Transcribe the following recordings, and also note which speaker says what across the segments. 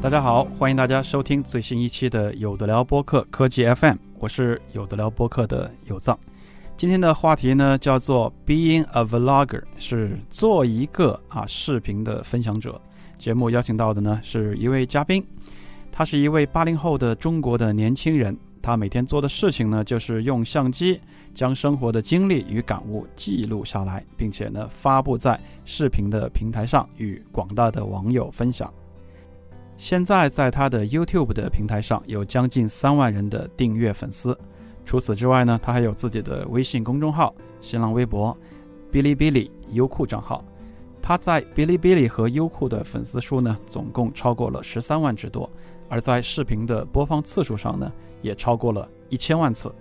Speaker 1: 大家好，欢迎大家收听最新一期的《有的聊》播客科技 FM，我是有的聊播客的有藏。今天的话题呢叫做 “Being a Vlogger”，是做一个啊视频的分享者。节目邀请到的呢是一位嘉宾，他是一位八零后的中国的年轻人。他每天做的事情呢，就是用相机将生活的经历与感悟记录下来，并且呢发布在视频的平台上，与广大的网友分享。现在在他的 YouTube 的平台上有将近三万人的订阅粉丝。除此之外呢，他还有自己的微信公众号、新浪微博、哔哩哔哩、优酷账号。他在哔哩哔哩和优酷的粉丝数呢，总共超过了十三万之多，而在视频的播放次数上呢，也超过了一千万次。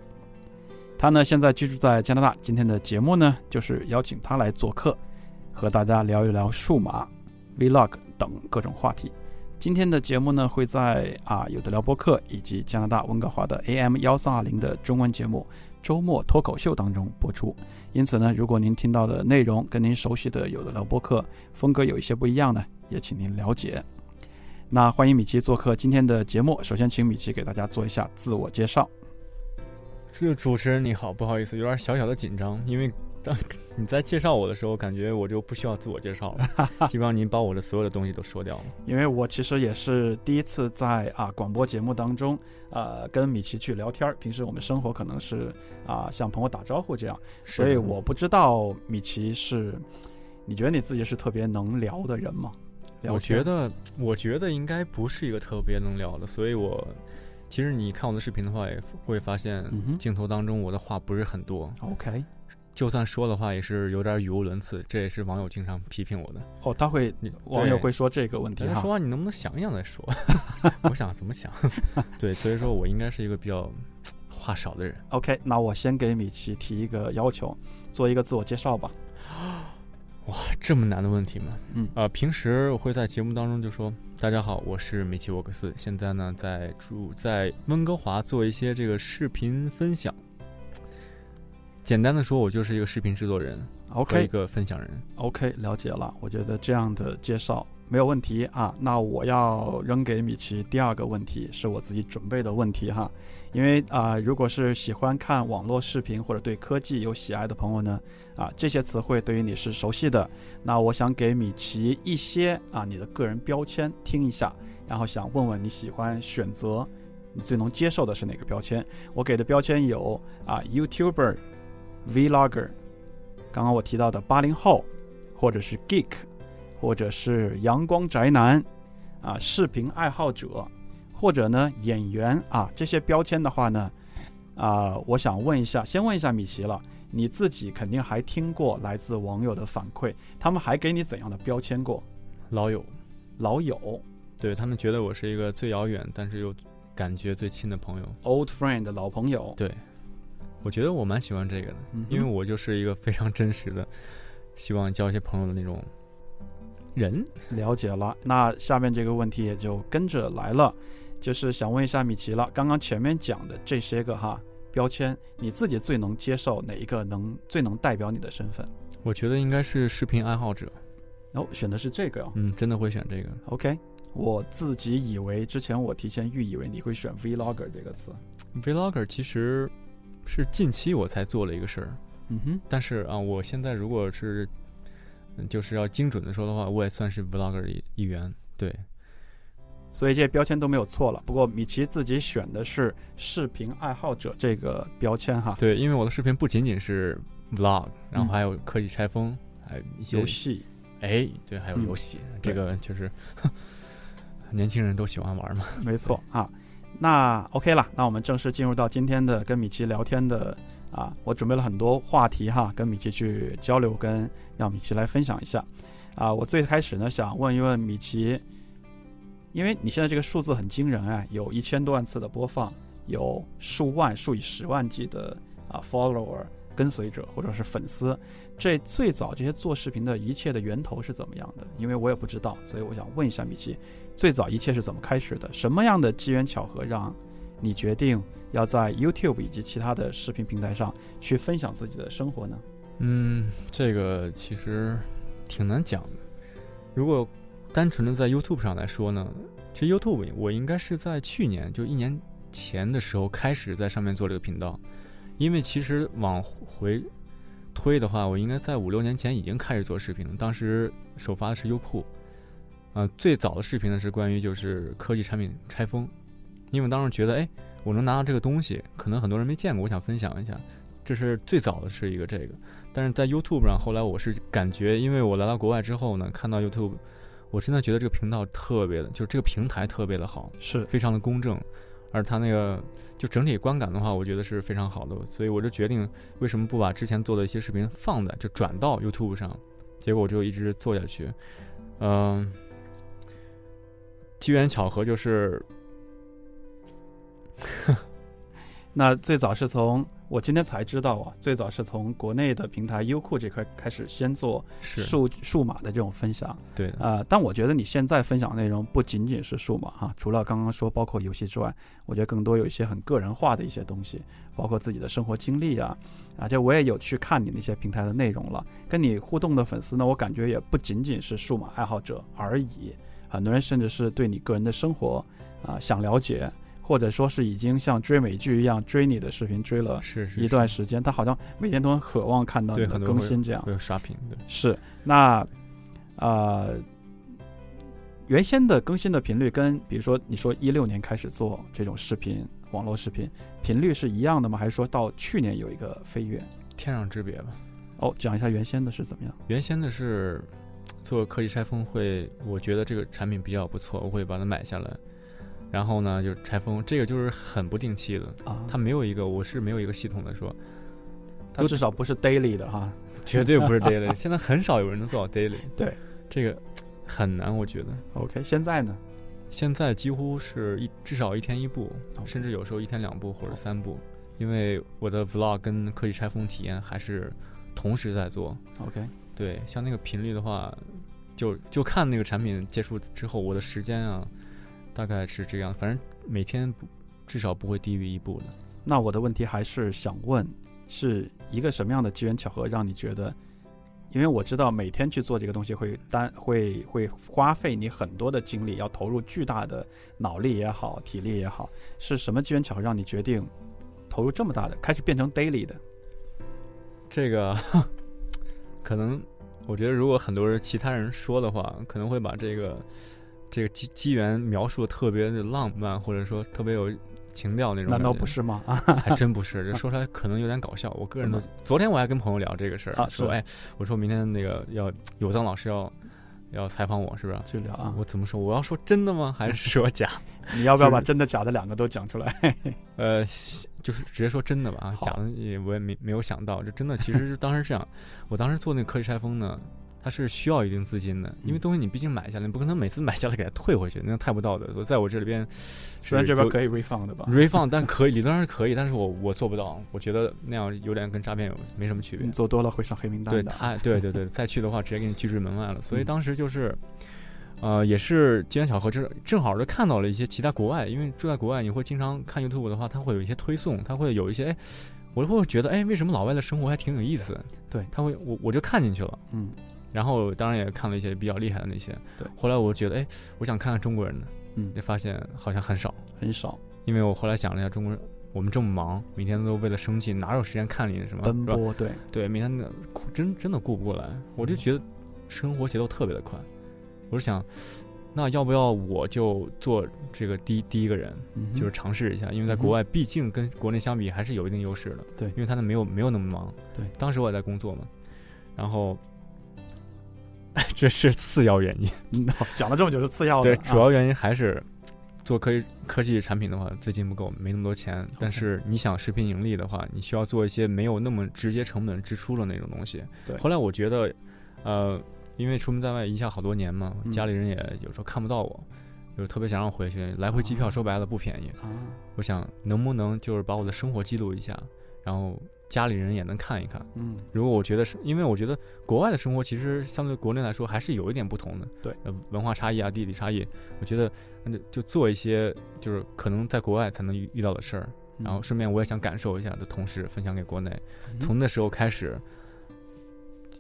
Speaker 1: 他呢，现在居住在加拿大。今天的节目呢，就是邀请他来做客，和大家聊一聊数码、Vlog 等各种话题。今天的节目呢，会在啊有的聊播客以及加拿大温哥华的 AM 幺三二零的中文节目《周末脱口秀》当中播出。因此呢，如果您听到的内容跟您熟悉的有的聊播客风格有一些不一样呢，也请您了解。那欢迎米奇做客今天的节目。首先，请米奇给大家做一下自我介绍。
Speaker 2: 这主持人你好，不好意思，有点小小的紧张，因为当你在介绍我的时候，感觉我就不需要自我介绍 了，基本上您把我的所有的东西都说掉了。
Speaker 1: 因为我其实也是第一次在啊广播节目当中，呃，跟米奇去聊天儿。平时我们生活可能是啊向朋友打招呼这样，所以
Speaker 2: 的
Speaker 1: 我不知道米奇是，你觉得你自己是特别能聊的人吗？聊
Speaker 2: 我
Speaker 1: 天
Speaker 2: 觉得，我觉得应该不是一个特别能聊的，所以我其实你看我的视频的话，也会发现
Speaker 1: 嗯哼
Speaker 2: 镜头当中我的话不是很多，
Speaker 1: ，OK，
Speaker 2: 就算说的话也是有点语无伦次，这也是网友经常批评我的。
Speaker 1: 哦，他会
Speaker 2: 你
Speaker 1: 网友
Speaker 2: 对
Speaker 1: 会说这个问题
Speaker 2: 大家
Speaker 1: 哈
Speaker 2: 说，话你能不能想一想再说？ 我想怎么想？ 对，所以说我应该是一个比较话少的人。
Speaker 1: OK，那我先给米奇提一个要求，做一个自我介绍吧。
Speaker 2: 这么难的问题吗？
Speaker 1: 嗯
Speaker 2: 呃，平时我会在节目当中就说：“大家好，我是米奇沃克斯，现在呢在住在温哥华做一些这个视频分享。简单的说，我就是一个视频制作人和
Speaker 1: OK，
Speaker 2: 一个分享人。
Speaker 1: OK，了解了。我觉得这样的介绍没有问题啊。那我要扔给米奇第二个问题，是我自己准备的问题哈。因为啊、如果是喜欢看网络视频或者对科技有喜爱的朋友呢，啊，这些词汇对于你是熟悉的。那我想给米奇一些啊你的个人标签，听一下，然后想问问你喜欢选择你最能接受的是哪个标签？我给的标签有啊，YouTuber、Vlogger，刚刚我提到的八零后，或者是 geek，或者是阳光宅男，啊，视频爱好者，或者呢演员啊，这些标签的话呢，啊、我想问一下，先问一下米奇了，你自己肯定还听过来自网友的反馈，他们还给你怎样的标签过？
Speaker 2: 老友，
Speaker 1: 老友
Speaker 2: 对他们觉得我是一个最遥远，但是又感觉最亲的朋友。
Speaker 1: ，old friend，老朋友，
Speaker 2: 对，我觉得我蛮喜欢这个的，
Speaker 1: 嗯哼
Speaker 2: 因为我就是一个非常真实的，希望交一些朋友的那种人。
Speaker 1: 了解了，那下面这个问题也就跟着来了，就是想问一下米奇了。刚刚前面讲的这些个哈标签，你自己最能接受哪一个能最能代表你的身份？
Speaker 2: 我觉得应该是视频爱好者，
Speaker 1: 哦，选的是这个哦。
Speaker 2: 嗯，真的会选这个。
Speaker 1: OK，我自己以为之前我提前预以为你会选 vlogger 这个词。
Speaker 2: Vlogger 其实是近期我才做了一个事儿，
Speaker 1: 嗯哼，
Speaker 2: 但是啊，我现在如果是嗯就是要精准的说的话，我也算是 Vlogger 的一一员。对，
Speaker 1: 所以这些标签都没有错了。不过米奇自己选的是视频爱好者这个标签哈，
Speaker 2: 对，因为我的视频不仅仅是 Vlog，然后
Speaker 1: 嗯
Speaker 2: 还有科技拆封，还有一些
Speaker 1: 游，戏
Speaker 2: 哎，对，还有
Speaker 1: 嗯
Speaker 2: 游戏，这个就是 年轻人都喜欢玩嘛。
Speaker 1: 没错啊。那 OK 了，那我们正式进入到今天的跟米奇聊天的啊，我准备了很多话题哈，跟米奇去交流，跟让米奇来分享一下。啊，我最开始呢想问一问米奇，因为你现在这个数字很惊人啊，有一千多万次的播放，有数万、数以十万计的啊 follower 跟随者或者是粉丝。这最早这些做视频的一切的源头是怎么样的？因为我也不知道，所以我想问一下米奇，最早一切是怎么开始的？什么样的机缘巧合让你决定要在 YouTube 以及其他的视频平台上去分享自己的生活呢？
Speaker 2: 嗯，这个其实挺难讲的。如果单纯的在 YouTube 上来说呢，其实 YouTube 我应该是在去年就一年前的时候开始在上面做这个频道，因为其实往回推的话，我应该在五六年前已经开始做视频了。当时首发的是优酷，呃，最早的视频呢是关于就是科技产品拆封，因为当时觉得哎，我能拿到这个东西，可能很多人没见过，我想分享一下。这是最早的是一个这个，但是在 YouTube 上，后来我是感觉，因为我来到国外之后呢，看到 YouTube，我真的觉得这个频道特别的，就是这个平台特别的好，
Speaker 1: 是
Speaker 2: 非常的公正，而它那个就整体观感的话，我觉得是非常好的，所以我就决定为什么不把之前做的一些视频放在就转到 YouTube 上，结果我就一直做下去，嗯、机缘巧合就是
Speaker 1: 那最早是从我今天才知道啊，最早是从国内的平台优酷这块开始先做
Speaker 2: 是
Speaker 1: 数数码的这种分享
Speaker 2: 对的，
Speaker 1: 啊、呃但我觉得你现在分享内容不仅仅是数码哈、除了刚刚说包括游戏之外，我觉得更多有一些很个人化的一些东西，包括自己的生活经历啊，而且我也有去看你那些平台的内容了，跟你互动的粉丝呢，我感觉也不仅仅是数码爱好者而已，很多人甚至是对你个人的生活啊、想了解，或者说是已经像追美剧一样追你的视频追了
Speaker 2: 是是
Speaker 1: 一段时间，他好像每天都很渴望看到你
Speaker 2: 对
Speaker 1: 的
Speaker 2: 很多
Speaker 1: 更新这样
Speaker 2: 会。有刷屏，对，
Speaker 1: 是，那呃，原先的更新的频率跟比如说你说一六年开始做这种视频网络视频频率是一样的吗？还是说到去年有一个飞跃？
Speaker 2: 天壤之别吧。
Speaker 1: 哦，讲一下原先的是怎么样？
Speaker 2: 原先的是做科技拆封会，我觉得这个产品比较不错，我会把它买下来。然后呢，就拆封，这个就是很不定期的，
Speaker 1: 啊，
Speaker 2: 它没有一个，我是没有一个系统的说，
Speaker 1: 它至少不是 daily 的哈。
Speaker 2: 绝对不是 daily，现在很少有人能做到 daily，
Speaker 1: 对，
Speaker 2: 这个很难，我觉得
Speaker 1: OK，现在呢？
Speaker 2: 现在几乎是一至少一天一部，
Speaker 1: OK
Speaker 2: 甚至有时候一天两部或者三部，因为我的 vlog 跟科技拆封体验还是同时在做，
Speaker 1: OK，
Speaker 2: 对，像那个频率的话，就就看那个产品接触之后，我的时间啊，大概是这样，反正每天不至少不会低于一步的。
Speaker 1: 那我的问题还是想问，是一个什么样的机缘巧合让你觉得？因为我知道每天去做这个东西会单会会花费你很多的精力，要投入巨大的脑力也好，体力也好，是什么机缘巧合让你决定投入这么大的，开始变成 daily 的？
Speaker 2: 这个 可能，我觉得如果很多人其他人说的话，可能会把这个这个机机缘描述的特别的浪漫，或者说特别有情调那种。
Speaker 1: 难道不？是吗？啊，
Speaker 2: 还真不是，这说出来可能有点搞笑。我个人都
Speaker 1: 怎，
Speaker 2: 昨天我还跟朋友聊这个事儿，
Speaker 1: 啊
Speaker 2: 说
Speaker 1: 是
Speaker 2: 哎，我说明天那个要有藏老师要要采访我，是不是？
Speaker 1: 去聊啊
Speaker 2: 我，怎么说？我要说真的吗？还是说假？
Speaker 1: 你要不要把
Speaker 2: 就是
Speaker 1: 真的假的两个都讲出来？
Speaker 2: 呃，就是直接说真的吧。啊，
Speaker 1: 好
Speaker 2: 假的也我也没没有想到，这真的其实是当时是这样。我当时做那个科技拆封呢，它是需要一定资金的，因为
Speaker 1: 嗯
Speaker 2: 东西你毕竟买下来，你不可能每次买下来给它退回去，那太不道德。所以在我这里边，
Speaker 1: 虽然这边
Speaker 2: 就
Speaker 1: 可以 refund 的吧？
Speaker 2: refund，但可以理论上是可以，但是我我做不到，我觉得那样有点跟诈骗有没什么区别
Speaker 1: 你。做多了会上黑名单
Speaker 2: 对
Speaker 1: 的啊。
Speaker 2: 他，对对对，再去的话直接给你拒之门外了。所以
Speaker 1: 嗯
Speaker 2: 当时就是，呃，也是机缘巧合，就是正好是看到了一些其他国外，因为住在国外，你会经常看 YouTube 的话，它会有一些推送，它会有一些，哎，我会觉得，哎，为什么老外的生活还挺有意思？
Speaker 1: 对
Speaker 2: 他会，我我就看进去了。
Speaker 1: 嗯，
Speaker 2: 然后当然也看了一些比较厉害的那些。
Speaker 1: 对，
Speaker 2: 后来我觉得，哎，我想看看中国人的，
Speaker 1: 嗯
Speaker 2: 就发现好像很少，
Speaker 1: 很少
Speaker 2: 因为我后来想了一下，中国人我们这么忙，每天都为了生计，哪有时间看你什么
Speaker 1: 奔
Speaker 2: 是吧
Speaker 1: 波，对，
Speaker 2: 对，每天的顾真真的顾不过来，我
Speaker 1: 嗯
Speaker 2: 就觉得生活节奏特别的快，我就想，那要不要我就做这个第一第一个人，
Speaker 1: 嗯哼
Speaker 2: 就是尝试一下，因为在
Speaker 1: 嗯哼
Speaker 2: 国外毕竟跟国内相比还是有一定优势的，
Speaker 1: 对
Speaker 2: 因为他们没有没有那么忙，
Speaker 1: 对
Speaker 2: 当时我也在工作嘛，然后 这是次要原因，
Speaker 1: 嗯好讲了这么久是次要的
Speaker 2: 对，
Speaker 1: 啊，
Speaker 2: 主要原因还是做科技科技产品的话，资金不够，没那么多钱。但是你想视频盈利的话，你需要做一些没有那么直接成本支出的那种东西。
Speaker 1: 对
Speaker 2: 后来我觉得，呃，因为出门在外一下好多年嘛
Speaker 1: 嗯，
Speaker 2: 家里人也有时候看不到我，就是特别想让我回去，来回机
Speaker 1: 哦
Speaker 2: 票说白了不便宜。
Speaker 1: 啊，
Speaker 2: 我想能不能就是把我的生活记录一下，然后家里人也能看一看。
Speaker 1: 嗯，
Speaker 2: 如果我觉得是，因为我觉得国外的生活其实相对国内来说还是有一点不同的，
Speaker 1: 对
Speaker 2: 呃，文化差异啊、地理差异，我觉得那就做一些就是可能在国外才能遇遇到的事儿，然后顺便我也想感受一下的同时分享给国内。
Speaker 1: 嗯
Speaker 2: 从那时候开始，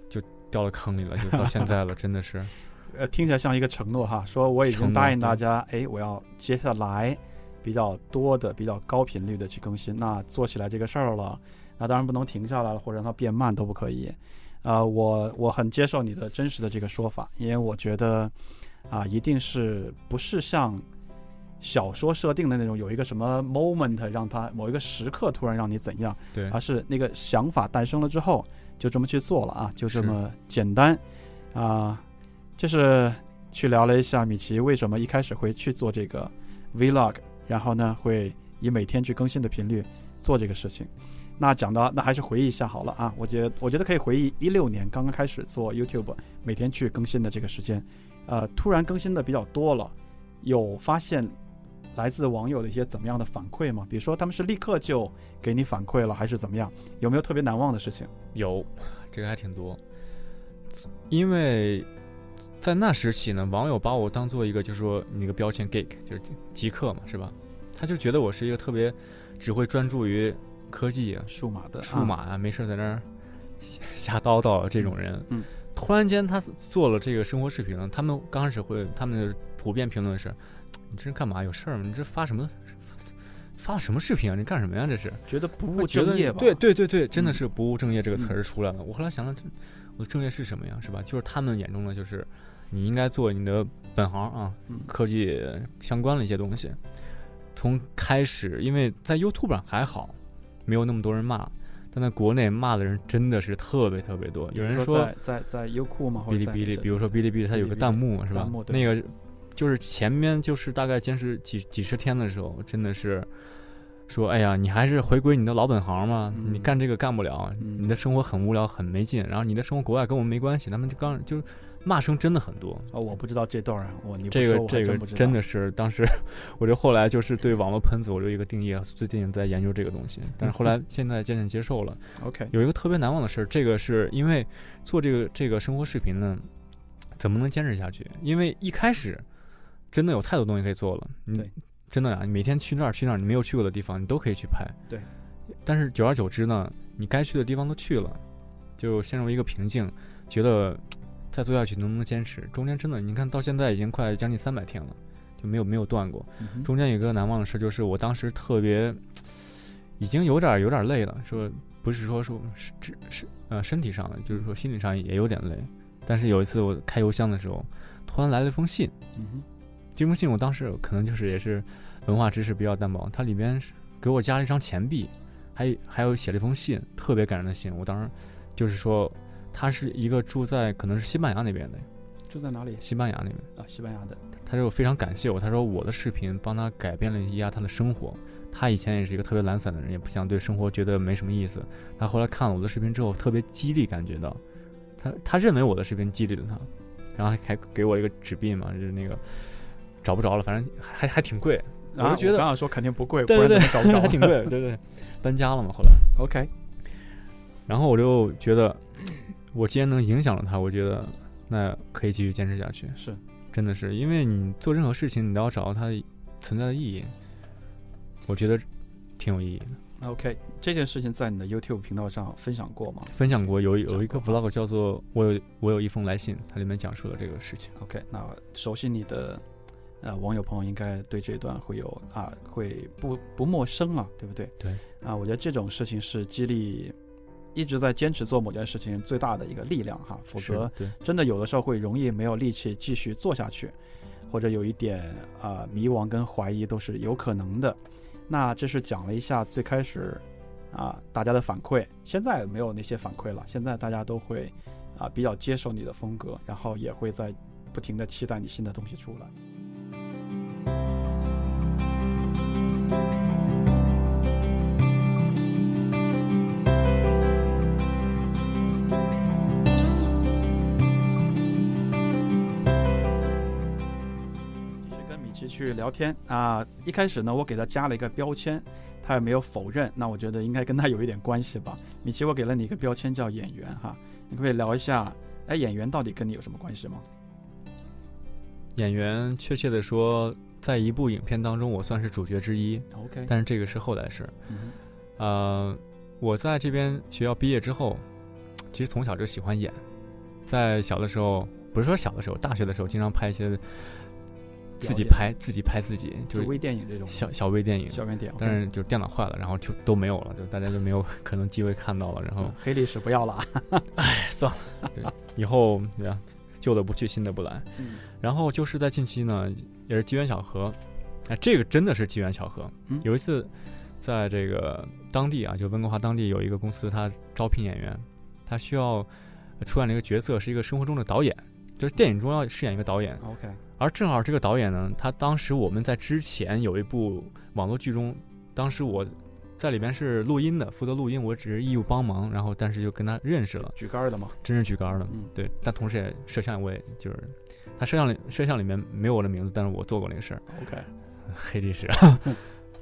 Speaker 2: 就掉了坑里了，就到现在了，真的是，
Speaker 1: 呃，听起来像一个承诺哈，说我已
Speaker 2: 承
Speaker 1: 经
Speaker 2: 诺
Speaker 1: 答应
Speaker 2: 对
Speaker 1: 大家，哎，我要接下来比较多的、比较高频率的去更新。那做起来这个事儿了，那当然不能停下来了，或者让它变慢都不可以。啊，我我很接受你的真实的这个说法，因为我觉得啊、一定是不是像小说设定的那种有一个什么 moment 让它某一个时刻突然让你怎样，
Speaker 2: 对
Speaker 1: 而是那个想法诞生了之后就这么去做了啊，就这
Speaker 2: 是
Speaker 1: 么简单啊、这是去聊了一下米奇为什么一开始会去做这个 vlog，然后呢会以每天去更新的频率做这个事情。那讲到那还是回忆一下好了啊，我觉得我觉得可以回忆一六年刚刚开始做 YouTube，每天去更新的这个时间，呃，突然更新的比较多了，有发现来自网友的一些怎么样的反馈吗？比如说他们是立刻就给你反馈了，还是怎么样？有没有特别难忘的事情？
Speaker 2: 有这个还挺多，因为在那时起呢，网友把我当做一个就是说那个标签 geek，就是极极客嘛，是吧？他就觉得我是一个特别只会专注于科技啊、
Speaker 1: 数码的
Speaker 2: 数码
Speaker 1: 啊
Speaker 2: 啊，没事在那儿瞎瞎叨叨这种人。
Speaker 1: 嗯
Speaker 2: 突然间他做了这个生活视频了，他们刚开始会，他们普遍评论是：你这是干嘛？有事儿吗？你这发什么？发的什么视频啊？你干什么呀？这是
Speaker 1: 觉得不
Speaker 2: 我
Speaker 1: 务
Speaker 2: 觉
Speaker 1: 正
Speaker 2: 得
Speaker 1: 业吧？
Speaker 2: 对对对对，真的
Speaker 1: 嗯
Speaker 2: 是不务正业这个词
Speaker 1: 嗯
Speaker 2: 儿出来了。我后来想想，这我的正业是什么呀？是吧？就是他们眼中的，就是你应该做你的本行啊，
Speaker 1: 嗯
Speaker 2: 科技相关的一些东西。从开始，因为在 YouTube 上还好，没有那么多人骂，但在国内骂的人真的是特别特别多。有人说
Speaker 1: 在在在优酷嘛，或
Speaker 2: 哔
Speaker 1: 者
Speaker 2: 哩
Speaker 1: 在
Speaker 2: 哔哩，
Speaker 1: 什
Speaker 2: 比如说哔哩哔哩，它有
Speaker 1: 哔哩哔
Speaker 2: 个
Speaker 1: 哩
Speaker 2: 弹幕是吧
Speaker 1: 弹幕？对
Speaker 2: 那个就是前面就是大概坚持几几十天的时候，真的是说，哎呀，你还是回归你的老本行嘛，
Speaker 1: 嗯
Speaker 2: 你干这个干不了，
Speaker 1: 嗯
Speaker 2: 你的生活很无聊，很没劲，然后你的生活国外跟我们没关系，他们就刚就是骂声真的很多。
Speaker 1: 哦，我不知道这段啊，我你不
Speaker 2: 这个
Speaker 1: 说我还
Speaker 2: 这个
Speaker 1: 不知道
Speaker 2: 真的是，当时 我就后来就是对网络喷子，我就一个定义，啊最近在研究这个东西，但是后来现在渐渐接受了。
Speaker 1: OK，
Speaker 2: 有一个特别难忘的事儿，这个是因为做这个这个生活视频呢，怎么能坚持下去？因为一开始真的有太多东西可以做了，你
Speaker 1: 对
Speaker 2: 真的啊，你每天去那儿去那儿，你没有去过的地方，你都可以去拍。
Speaker 1: 对，
Speaker 2: 但是久而久之呢，你该去的地方都去了，就陷入一个瓶颈，觉得再做下去能不能坚持？中间真的，你看到现在已经快将近三百天了，就没有没有断过。
Speaker 1: 嗯哼
Speaker 2: 中间有一个难忘的事，就是我当时特别已经有点有点累了，说不是说说是只是呃身体上的，就是说心理上也有点累。但是有一次我开邮箱的时候，突然来了一封信，
Speaker 1: 嗯哼
Speaker 2: 这封信我当时可能就是也是文化知识比较淡薄，它里边是给我加了一张钱币，还还有写了一封信，特别感人的信。我当时就是说，他是一个住在可能是西班牙那边的，
Speaker 1: 住在哪里
Speaker 2: 西班牙那边。
Speaker 1: 啊？西班牙的，
Speaker 2: 他就非常感谢我，他说我的视频帮他改变了一下他的生活。他以前也是一个特别懒散的人，也不想对生活觉得没什么意思。他后来看了我的视频之后，特别激励，感觉到他他认为我的视频激励了他，然后还给我一个纸币嘛，就是那个找不着了，反正还还还挺贵，我就
Speaker 1: 啊
Speaker 2: 觉得
Speaker 1: 刚刚说肯定不贵，
Speaker 2: 对对
Speaker 1: 不然怎么找不着？
Speaker 2: 还挺贵，对对，搬家了嘛，后来。
Speaker 1: OK，
Speaker 2: 然后我就觉得，我既然能影响了他，我觉得那可以继续坚持下去。
Speaker 1: 是
Speaker 2: 真的是，因为你做任何事情，你都要找到它存在的意义。我觉得挺有意义的。
Speaker 1: 啊 OK，这件事情在你的 YouTube 频道上分享过吗
Speaker 2: 分享过有有一个 vlog 叫做“我有我有一封来信”，它里面讲述了这个事情。
Speaker 1: ？OK，那熟悉你的呃网友朋友应该对这一段会有啊，会不不陌生了，对不对？
Speaker 2: 对
Speaker 1: 啊，我觉得这种事情是激励一直在坚持做某件事情最大的一个力量哈，否则
Speaker 2: 是对
Speaker 1: 真的有的时候会容易没有力气继续做下去，或者有一点啊、呃迷惘跟怀疑都是有可能的。那这是讲了一下最开始啊、大家的反馈，现在没有那些反馈了，现在大家都会啊、比较接受你的风格，然后也会在不停的期待你新的东西出来。继续跟米期去聊天啊。一开始呢，我给他加了一个标签，他也没有否认，那我觉得应该跟他有一点关系吧。 米奇，我给了你一个标签叫演员哈，你可不可以聊一下，哎，演员到底跟你有什么关系吗？
Speaker 2: 演员确切的说，在一部影片当中，我算是主角之一，
Speaker 1: OK，
Speaker 2: 但是这个是后来的事儿。
Speaker 1: 嗯
Speaker 2: 呃，我在这边学校毕业之后，其实从小就喜欢演，在小的时候，不是说小的时候，大学的时候经常拍一些自己
Speaker 1: 表
Speaker 2: 拍
Speaker 1: 演
Speaker 2: 自己拍自己，就
Speaker 1: 就是微电影这种
Speaker 2: 小小微电影，
Speaker 1: 校园点，
Speaker 2: 但是就电脑坏了，然后就都没有了，就大家就 没有可能机会看到了，然后
Speaker 1: 嗯黑历史不 要了啊。
Speaker 2: 以后对吧，旧的不去，新的不来。
Speaker 1: 嗯
Speaker 2: 然后就是在近期呢，也是机缘巧合，哎，这个真的是机缘巧合。
Speaker 1: 嗯
Speaker 2: 有一次，在这个当地啊，就温哥华当地有一个公司，它招聘演员，它需要出演了一个角色，是一个生活中的导演，就是电影中要饰演一个导演。
Speaker 1: OK，
Speaker 2: 而正好这个导演呢，他当时我们在之前有一部网络剧中，当时我在里边是录音的，负责录音，我只是义务帮忙，然后但是就跟他认识了。
Speaker 1: 举杆 儿的嘛，
Speaker 2: 真是举杆了，
Speaker 1: 嗯
Speaker 2: 对，但同时也摄像，我也就是他摄像里摄像里面没有我的名字，但是我做过那个事儿，
Speaker 1: OK， 嗯
Speaker 2: 黑历史，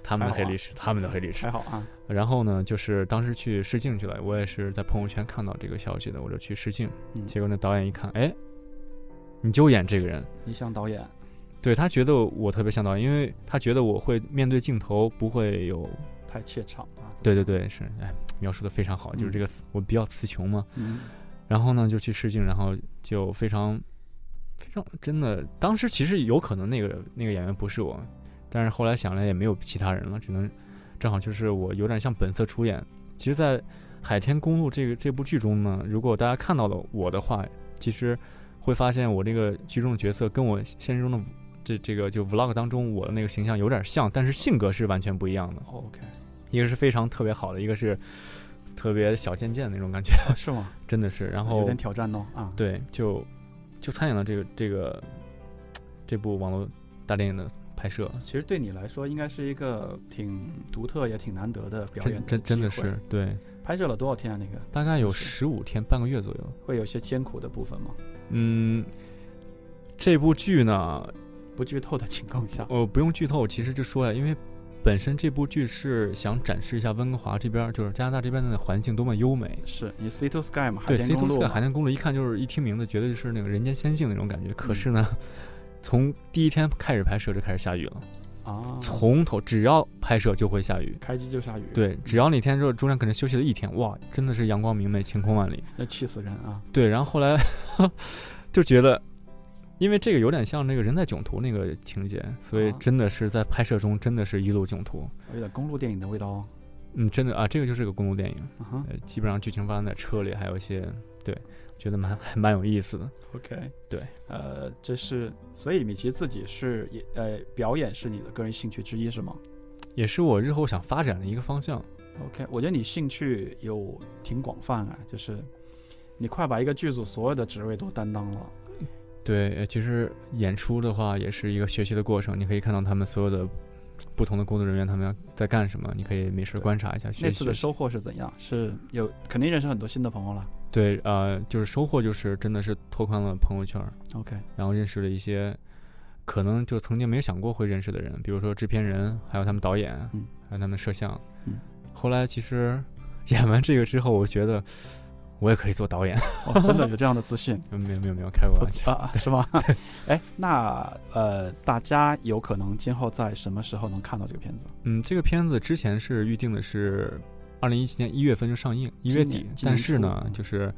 Speaker 2: 他们的黑历史，他们的黑历史
Speaker 1: 还。好啊。
Speaker 2: 然后呢，就是当时去试镜去了，我也是在朋友圈看到这个消息的，我就去试镜，
Speaker 1: 嗯
Speaker 2: 结果那导演一看，哎，你就演这个人，
Speaker 1: 你像导演，
Speaker 2: 对他觉得我特别像导演，因为他觉得我会面对镜头不会有，
Speaker 1: 太怯场啊。
Speaker 2: 对对对，是，哎，描述的非常好，就是
Speaker 1: 嗯
Speaker 2: 这个词，我比较词穷嘛，
Speaker 1: 嗯，
Speaker 2: 然后呢就去试镜，然后就非常非常真的，当时其实有可能那个那个演员不是我，但是后来想来也没有其他人了，只能正好就是我有点像本色出演。其实，在《海天公路》这个这部剧中呢，如果大家看到了我的话，其实会发现我这个剧中的角色跟我现实中的这这个就 vlog 当中我的那个形象有点像，但是性格是完全不一样的，
Speaker 1: 哦 OK，
Speaker 2: 一个是非常特别好的，一个是特别小贱贱那种感觉，
Speaker 1: 啊是吗？
Speaker 2: 真的是。然后
Speaker 1: 有点挑战哦啊。
Speaker 2: 对，就就参演了这个这个这部网络大电影的拍摄，
Speaker 1: 其实对你来说，应该是一个挺独特也挺难得的表演
Speaker 2: 真真真的
Speaker 1: 机会
Speaker 2: 是对，
Speaker 1: 拍摄了多少天啊？那个
Speaker 2: 大概有
Speaker 1: 是
Speaker 2: 十五天半个月左右。
Speaker 1: 会有一些艰苦的部分吗？
Speaker 2: 嗯，这部剧呢，呃
Speaker 1: 不剧透的情况下，
Speaker 2: 我不用剧透，其实就说呀，因为本身这部剧是想展示一下温哥华这边儿，就是加拿大这边的环境多么优美。
Speaker 1: 是你 Sea to Sky 嘛，海
Speaker 2: 对
Speaker 1: 天
Speaker 2: C
Speaker 1: 公
Speaker 2: to
Speaker 1: 路
Speaker 2: Sky
Speaker 1: 嘛
Speaker 2: 海天公路，一看就是一听名字，绝对是那个人间仙境那种感觉。可
Speaker 1: 嗯
Speaker 2: 是呢，从第一天开始拍摄就开始下雨了，
Speaker 1: 啊，
Speaker 2: 从头只要拍摄就会下雨。
Speaker 1: 开机就下雨，，
Speaker 2: 对，只要那天就是中间可能休息了一天，哇，真的是阳光明媚，晴空万里。
Speaker 1: 那气死人啊！
Speaker 2: 对，然后后来 就觉得，因为这个有点像那个人在囧途那个情节，所以
Speaker 1: 啊
Speaker 2: 真的是在拍摄中真的是一路囧途。
Speaker 1: 有点公路电影的味道哦。
Speaker 2: 嗯，真的啊，这个就是个公路电影，
Speaker 1: 嗯哼
Speaker 2: 呃，基本上剧情发生在车里，还有一些对，觉得蛮还蛮有意思的。
Speaker 1: ，OK，
Speaker 2: 对，
Speaker 1: 呃，这是所以米奇自己是也呃表演是你的个人兴趣之一是吗
Speaker 2: 也是我日后想发展的一个方向。
Speaker 1: ？OK，我觉得你兴趣有挺广泛啊，就是你快把一个剧组所有的职位都担当了。
Speaker 2: 对，呃其实演出的话也是一个学习的过程，你可以看到他们所有的不同的工作人员他们要在干什么，你可以没事
Speaker 1: 对
Speaker 2: 观察一下。学
Speaker 1: 那次的
Speaker 2: 习
Speaker 1: 收获是怎样？是有肯定认识很多新的朋友了。
Speaker 2: 对，呃，就是收获就是真的是拓宽了朋友圈儿，
Speaker 1: OK，
Speaker 2: 然后认识了一些可能就曾经没有想过会认识的人，比如说制片人，还有他们导演，
Speaker 1: 嗯
Speaker 2: 还有他们摄像。
Speaker 1: 嗯
Speaker 2: 后来其实演完这个之后，我觉得我也可以做导演，
Speaker 1: 哦，真的有这样的自信
Speaker 2: 没有没有没有开过玩笑。
Speaker 1: 啊？ 是吗？哎，那呃，大家有可能今后在什么时候能看到这个片子？
Speaker 2: 嗯，这个片子之前是预定的是二零一七年一月份就上映，一
Speaker 1: 今
Speaker 2: 月
Speaker 1: 年
Speaker 2: 底，
Speaker 1: 今
Speaker 2: 但
Speaker 1: 年
Speaker 2: 是
Speaker 1: 初
Speaker 2: 呢，
Speaker 1: 嗯
Speaker 2: 就是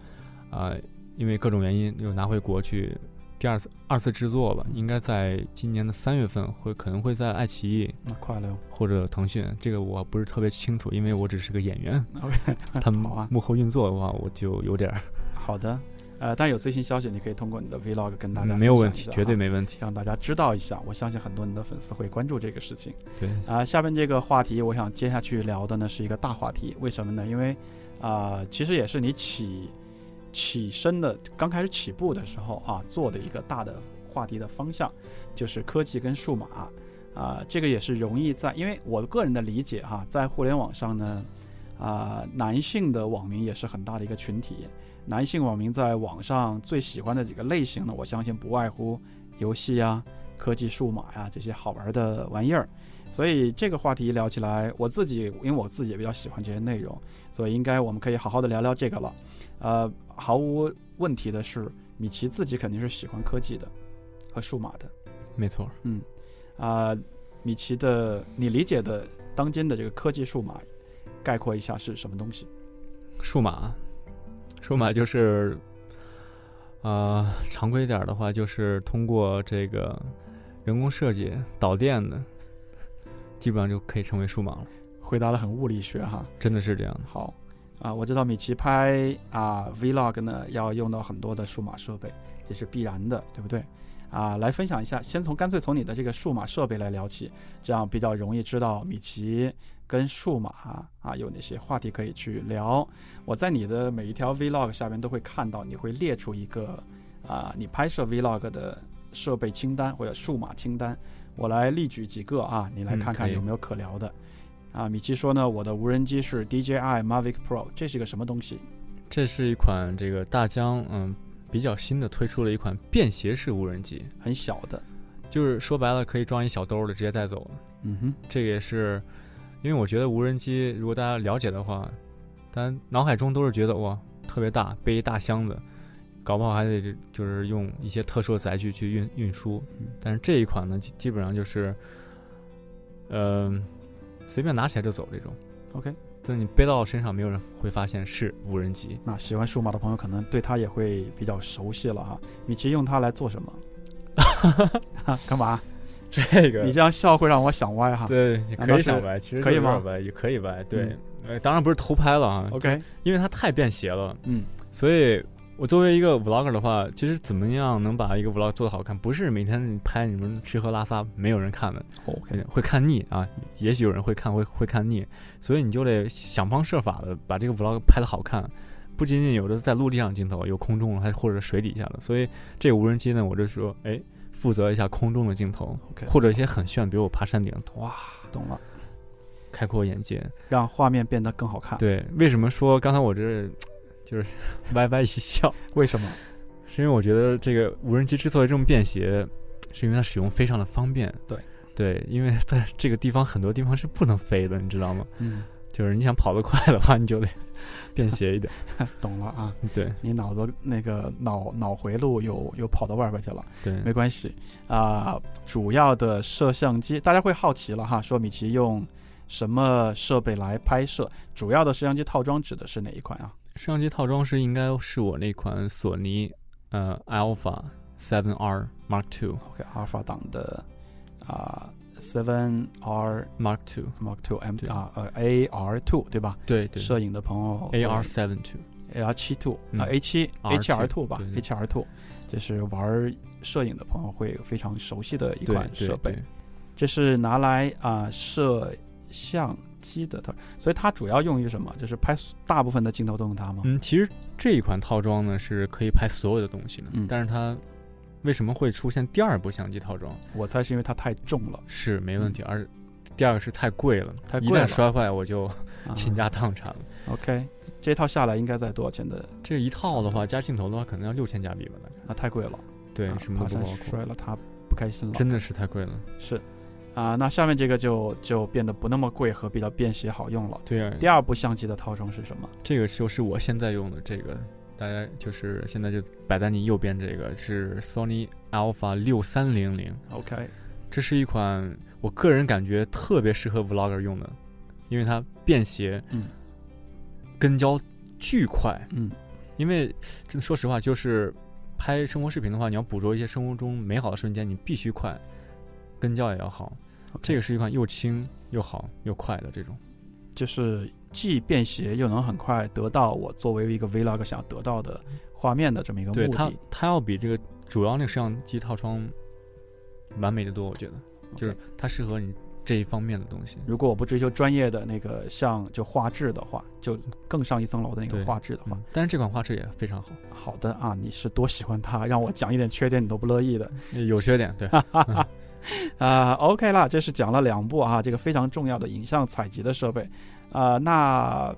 Speaker 2: 啊、呃因为各种原因又拿回国去第二次二次制作了，
Speaker 1: 嗯
Speaker 2: 应该在今年的三月份会可能会在爱奇艺
Speaker 1: 那快了哟。
Speaker 2: 或者腾讯，这个我不是特别清楚，因为我只是个演员，
Speaker 1: OK，
Speaker 2: 他们
Speaker 1: 好啊，
Speaker 2: 幕后运作的话，我就有点儿、
Speaker 1: 好的。呃，但有最新消息，你可以通过你的 Vlog 跟大家、
Speaker 2: 嗯没有问题，绝对，
Speaker 1: 啊
Speaker 2: 没问题。
Speaker 1: 让大家知道一下。我相信很多你的粉丝会关注这个事情。
Speaker 2: 对，
Speaker 1: 啊、下边这个话题，我想接下去聊的呢是一个大话题，为什么呢？因为，啊、其实也是你起起身的刚开始起步的时候啊做的一个大的话题的方向，就是科技跟数码啊、这个也是容易在，因为我个人的理解哈、在互联网上呢，啊、男性的网民也是很大的一个群体，男性网民在网上最喜欢的几个类型呢，我相信不外乎游戏啊、科技、数码呀、这些好玩的玩意儿。所以这个话题聊起来，我自己因为我自己也比较喜欢这些内容，所以应该我们可以好好的聊聊这个了。呃，毫无问题的是，米奇自己肯定是喜欢科技的和数码的。
Speaker 2: 没错，
Speaker 1: 啊、米奇的你理解的当今的这个科技数码，概括一下是什么东西？
Speaker 2: 数码，数码就是，呃，常规一点儿的话，就是通过这个人工设计导电的，基本上就可以称为数码了。
Speaker 1: 回答的很物理学哈。
Speaker 2: 真的是这样的，
Speaker 1: 好，啊、我知道米奇拍啊、vlog 呢要用到很多的数码设备，这是必然的，对不对？啊、来分享一下，先从干脆从你的这个数码设备来聊起，这样比较容易知道米奇跟数码啊有哪些话题可以去聊。我在你的每一条 vlog 下面都会看到，你会列出一个啊、你拍摄 vlog 的设备清单或者数码清单，我来例举几个啊，你来
Speaker 2: 嗯
Speaker 1: 看看
Speaker 2: 可以
Speaker 1: 有没有可聊的。啊，米奇说呢，我的无人机是 DJI Mavic Pro，这是个什么东西？
Speaker 2: 这是一款这个大疆嗯比较新的推出了一款便携式无人机，
Speaker 1: 很小的，
Speaker 2: 就是说白了可以装一小兜儿的直接带走了。
Speaker 1: 嗯哼，
Speaker 2: 这个也是，因为我觉得无人机，如果大家了解的话，大家脑海中都是觉得哇特别大，背一大箱子，搞不好还得就是用一些特殊的载具去运运输。
Speaker 1: 嗯
Speaker 2: 但是这一款呢，基基本上就是，呃，随便拿起来就走这种。
Speaker 1: OK
Speaker 2: 但你背到身上，没有人会发现是无人机。
Speaker 1: 那喜欢数码的朋友可能对它也会比较熟悉了哈。米奇用它来做 什么？哈干嘛？
Speaker 2: 这
Speaker 1: 你这样笑会让我想歪哈。
Speaker 2: 对，
Speaker 1: 难
Speaker 2: 可
Speaker 1: 道
Speaker 2: 以
Speaker 1: 是
Speaker 2: 想歪，其实
Speaker 1: 可以
Speaker 2: 就有点
Speaker 1: 吗
Speaker 2: 歪也可以歪，对
Speaker 1: 嗯，
Speaker 2: 呃，当然不是偷拍了啊，
Speaker 1: OK，
Speaker 2: 因为它太便携了，
Speaker 1: 嗯，
Speaker 2: 所以我作为一个 vlogger 的话，其实怎么样能把一个 vlog 做得好看，不是每天你拍你们吃喝拉撒没有人看的，OK，会
Speaker 1: 嗯
Speaker 2: 看腻啊，也许有人会看会会看腻，所以你就得想方设法的把这个 vlog 拍得好看。不仅仅有的在陆地上的镜头，有空中的还或者水底下的，所以这个无人机呢，我就说，哎，负责一下空中的镜头
Speaker 1: OK
Speaker 2: 或者一些很炫，比如我爬山顶，哇，
Speaker 1: 懂了，
Speaker 2: 开阔眼界。
Speaker 1: 让画面变得更好看。，
Speaker 2: 对，为什么说刚才我这就是 歪歪一笑，
Speaker 1: 为什么？
Speaker 2: 是因为我觉得这个无人机之所以这么便携，是因为它使用非常的方便。
Speaker 1: 对
Speaker 2: 对，因为在 这个地方很多地方是不能飞的，你知道吗？
Speaker 1: 嗯，
Speaker 2: 就是你想跑得快的话，你就得 便携一点。
Speaker 1: 懂了啊。
Speaker 2: 对
Speaker 1: 你脑子那个脑脑回路又又跑到外边去了。没
Speaker 2: 对，
Speaker 1: 关系啊、主要的摄像机，大家会好奇了哈，说米奇用什么设备来拍摄？主要的摄像机套装指的是哪一款啊？
Speaker 2: 摄像机套装是应该是我那款索尼呃 Alpha Seven R Mark Two
Speaker 1: OK，阿尔法党的啊 Seven R
Speaker 2: Mark Two，
Speaker 1: Mark Two M
Speaker 2: 对
Speaker 1: 啊呃 AR Two 对吧？
Speaker 2: 对对
Speaker 1: 摄影的朋友
Speaker 2: ，AR Seven Two，
Speaker 1: AR 七 Two
Speaker 2: 嗯
Speaker 1: 啊 A 七
Speaker 2: R2
Speaker 1: HR Two 吧
Speaker 2: 对对
Speaker 1: HR Two，这是玩摄影的朋友会非常熟悉的一
Speaker 2: 对
Speaker 1: 款
Speaker 2: 对
Speaker 1: 设备
Speaker 2: 对。
Speaker 1: 这是拿来啊、摄像机的它，所以它主要用于什么？就是拍大部分的镜头都用它吗？
Speaker 2: 嗯，其实这一款套装呢是可以拍所有的东西的，
Speaker 1: 嗯
Speaker 2: 但是它为什么会出现第二部相机套装？
Speaker 1: 我猜是因为它太重了，
Speaker 2: 是没问题，而第二个是太贵了，
Speaker 1: 嗯太
Speaker 2: 一
Speaker 1: 贵
Speaker 2: 旦
Speaker 1: 了
Speaker 2: 摔坏我就
Speaker 1: 啊
Speaker 2: 倾家荡产了。
Speaker 1: OK，这套下来应该在多少钱的？
Speaker 2: 这一套的话，加镜头的话，可能要六千加币吧，大概。
Speaker 1: 那太贵了，
Speaker 2: 对，
Speaker 1: 啊
Speaker 2: 什么
Speaker 1: 爬
Speaker 2: 都不
Speaker 1: 山
Speaker 2: 包括
Speaker 1: 摔，了它不开心了，
Speaker 2: 真的是太贵了。
Speaker 1: 是啊、那下面这个就就变得不那么贵和比较便携好用了。
Speaker 2: 对啊，
Speaker 1: 第二部相机的套装是什么？
Speaker 2: 这个就是我现在用的这个，大家就是现在就摆在你右边这个是 Sony Alpha 六三零零，
Speaker 1: OK，
Speaker 2: 这是一款我个人感觉特别适合 vlogger 用的，因为它便携，
Speaker 1: 嗯，
Speaker 2: 跟焦巨快，
Speaker 1: 嗯，
Speaker 2: 因为真的说实话，就是拍生活视频的话，你要捕捉一些生活中美好的瞬间，你必须快，跟焦也要好。这个是一款又轻又好又快的这种，
Speaker 1: 就是既便携又能很快得到我作为一个 vlog 想要得到的画面的这么一个
Speaker 2: 对
Speaker 1: 目
Speaker 2: 它
Speaker 1: 的。
Speaker 2: 它要比这个主要那个摄像机套装完美的多，我觉得就是它适合你这一方面的东西。
Speaker 1: 如果我不追求专业的那个像就画质的话，就更上一层楼的那个
Speaker 2: 对
Speaker 1: 画质的话
Speaker 2: 嗯，，但是这款画质也非常好，
Speaker 1: 好的啊，你是多喜欢它，让我讲一点缺点你都不乐意的
Speaker 2: 有缺点， 对，
Speaker 1: 啊、OK 啦，这是讲了两部啊，这个非常重要的影像采集的设备啊、那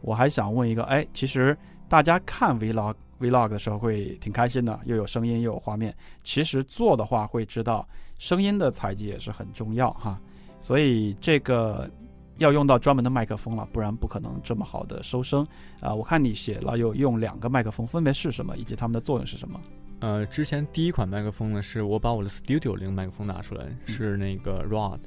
Speaker 1: 我还想问一个，哎，其实大家看 vlog vlog 的时候会挺开心的，又有声音又有画面。其实做的话会知道，声音的采集也是很重要哈，所以这个要用到专门的麦克风了，不然不可能这么好的收声啊、我看你写了有用两个麦克风，分别是什么，以及它们的作用是什么？
Speaker 2: 呃，之前第一款麦克风呢，是我把我的 Studio 零麦克风拿出
Speaker 1: 嗯
Speaker 2: 来，是那个 Rod，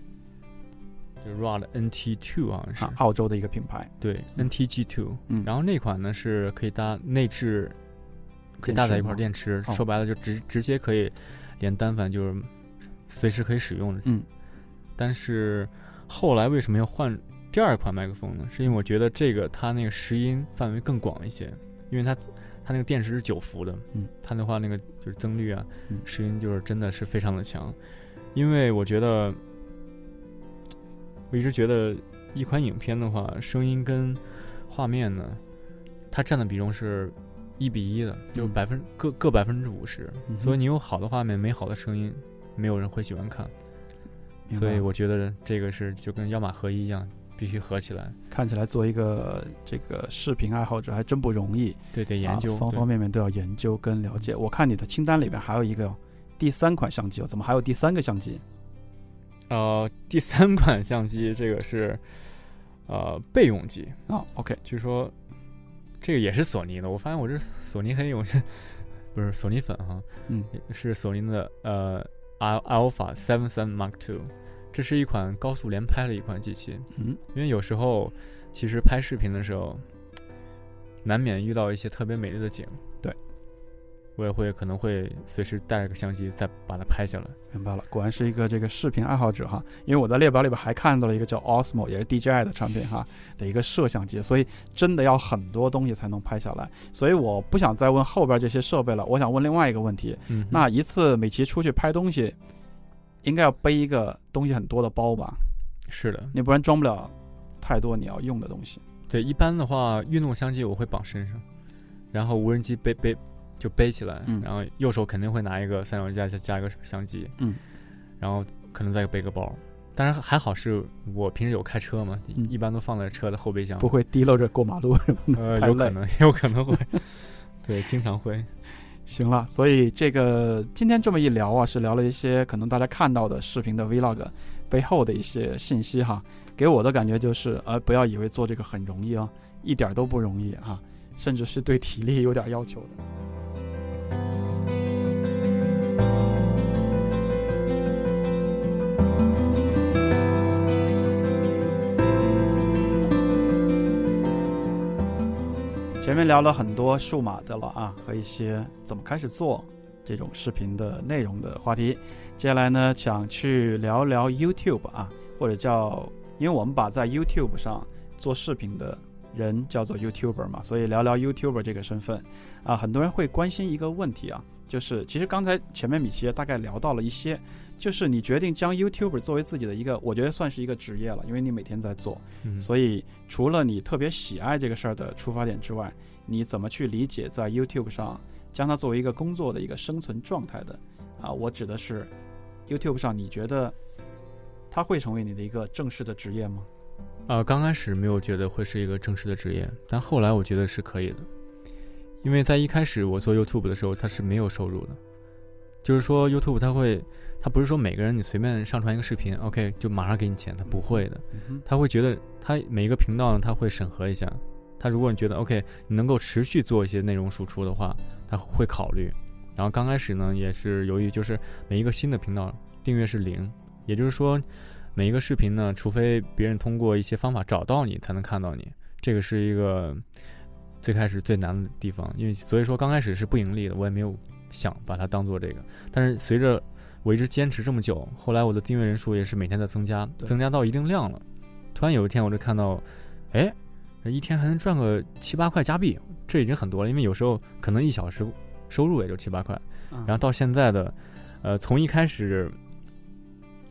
Speaker 2: 就是 Rod NT Two 好像是，
Speaker 1: 啊，澳洲的一个品牌，
Speaker 2: 对 NTG Two，、
Speaker 1: 嗯
Speaker 2: 然后那款呢是可以搭内置，可以
Speaker 1: 电
Speaker 2: 搭
Speaker 1: 池
Speaker 2: 载一块
Speaker 1: 吗
Speaker 2: 电池，
Speaker 1: 哦
Speaker 2: 说白了就直直接可以连单反就是随时可以使用的。
Speaker 1: 嗯，
Speaker 2: 但是后来为什么要换第二款麦克风呢？是因为我觉得这个它那个拾音范围更广一些，因为它它那个电池是九伏的，
Speaker 1: 嗯，
Speaker 2: 它的话那个就是增率啊
Speaker 1: 嗯，
Speaker 2: 拾音就是真的是非常的强，因为我觉得我一直觉得一款影片的话，声音跟画面呢，它占的比重是一比一的，就是
Speaker 1: 嗯
Speaker 2: 百分各各百分之五十，
Speaker 1: 嗯哼
Speaker 2: 所以你有好的画面，没好的声音，没有人会喜欢看。
Speaker 1: 明白
Speaker 2: 所以
Speaker 1: 了
Speaker 2: 我觉得这个是就跟腰马合一一样，必须合起来。
Speaker 1: 看起来做一个这个视频爱好者还真不容易，
Speaker 2: 对得研究、
Speaker 1: 啊、方
Speaker 2: 对嗯
Speaker 1: 方面面都要研究跟了解。我看你的清单里边还有一个、哦、第三款相机哦，怎么还有第三个相机？
Speaker 2: 呃，第三款相机这个是呃备用机，
Speaker 1: 哦，OK，
Speaker 2: 据说这个也是索尼的。我发现我这索尼黑，我是 不是索尼粉哈、
Speaker 1: 嗯，
Speaker 2: 是索尼的呃 Al- Alpha Seven Seven Mark Two，这是一款高速连拍的一款机器。
Speaker 1: 嗯，
Speaker 2: 因为有时候其实拍视频的时候，难免遇到一些特别美丽的景。
Speaker 1: 对，
Speaker 2: 我也会可能会随时带着个相机再把它拍下来。
Speaker 1: 明白了，果然是一个这个视频爱好者哈。因为我在列表里边还看到了一个叫 Osmo，也是 DJI 的产品哈的一个摄像机，所以真的要很多东西才能拍下来。所以我不想再问后边这些设备了，我想问另外一个问题：
Speaker 2: 嗯哼，
Speaker 1: 那一次美琪出去拍东西，应该要背一个东西很多的包吧？
Speaker 2: 是的，
Speaker 1: 你不然装不了太多你要用的东西。
Speaker 2: 对，一般的话，运动相机我会绑身上，然后无人机背背就背起来，
Speaker 1: 嗯
Speaker 2: 然后右手肯定会拿一个三脚架加加一个相机，
Speaker 1: 嗯，
Speaker 2: 然后可能再背个包。当然还好是我平时有开车嘛，
Speaker 1: 嗯
Speaker 2: 一般都放在车的后备箱，
Speaker 1: 不会滴漏着过马 路什么的，
Speaker 2: 呃，
Speaker 1: 太
Speaker 2: 有
Speaker 1: 累
Speaker 2: 可能有可能会，对，经常会，
Speaker 1: 行了，所以这个今天这么一聊啊，是聊了一些可能大家看到的视频的 vlog 背后的一些信息哈。给我的感觉就是，呃，不要以为做这个很容易啊，一点儿都不容易啊，甚至是对体力有点要求的。前面聊了很多数码的了啊，和一些怎么开始做这种视频的内容的话题。接下来呢，想去聊聊 YouTube 啊，或者叫，因为我们把在 YouTube 上做视频的人叫做 YouTuber 嘛，所以聊聊 YouTuber 这个身份啊，很多人会关心一个问题啊，就是其实刚才前面米奇也大概聊到了一些，就是你决定将 YouTuber 作为自己的一个，我觉得算是一个职业了，因为你每天在做。
Speaker 2: 嗯，
Speaker 1: 所以，除了你特别喜爱这个事儿的出发点之外，你怎么去理解在 YouTube 上将它作为一个工作的一个生存状态的？啊，我指的是 YouTube 上，你觉得它会成为你的一个正式的职业吗？
Speaker 2: 呃，刚开始没有觉得会是一个正式的职业，但后来我觉得是可以的，因为在一开始我做 YouTube 的时候，它是没有收入的，就是说 YouTube 它会，它不是说每个人你随便上传一个视频，OK 就马上给你钱，它不会的，
Speaker 1: 嗯
Speaker 2: 它会觉得它每一个频道呢，它会审核一下，它如果你觉得 OK 你能够持续做一些内容输出的话，它会考虑。然后刚开始呢，也是由于就是每一个新的频道订阅是零，也就是说每一个视频呢，除非别人通过一些方法找到你才能看到你，这个是一个最开始最难的地方，因为所以说刚开始是不盈利的，我也没有想把它当做这个，但是随着我一直坚持这么久，后来我的订阅人数也是每天在增加，
Speaker 1: 对
Speaker 2: 增加到一定量了，突然有一天我就看到，哎，一天还能赚个七八块加币，这已经很多了，因为有时候可能一小时收入也就七八块，
Speaker 1: 哼，
Speaker 2: 然后到现在的，呃，从一开始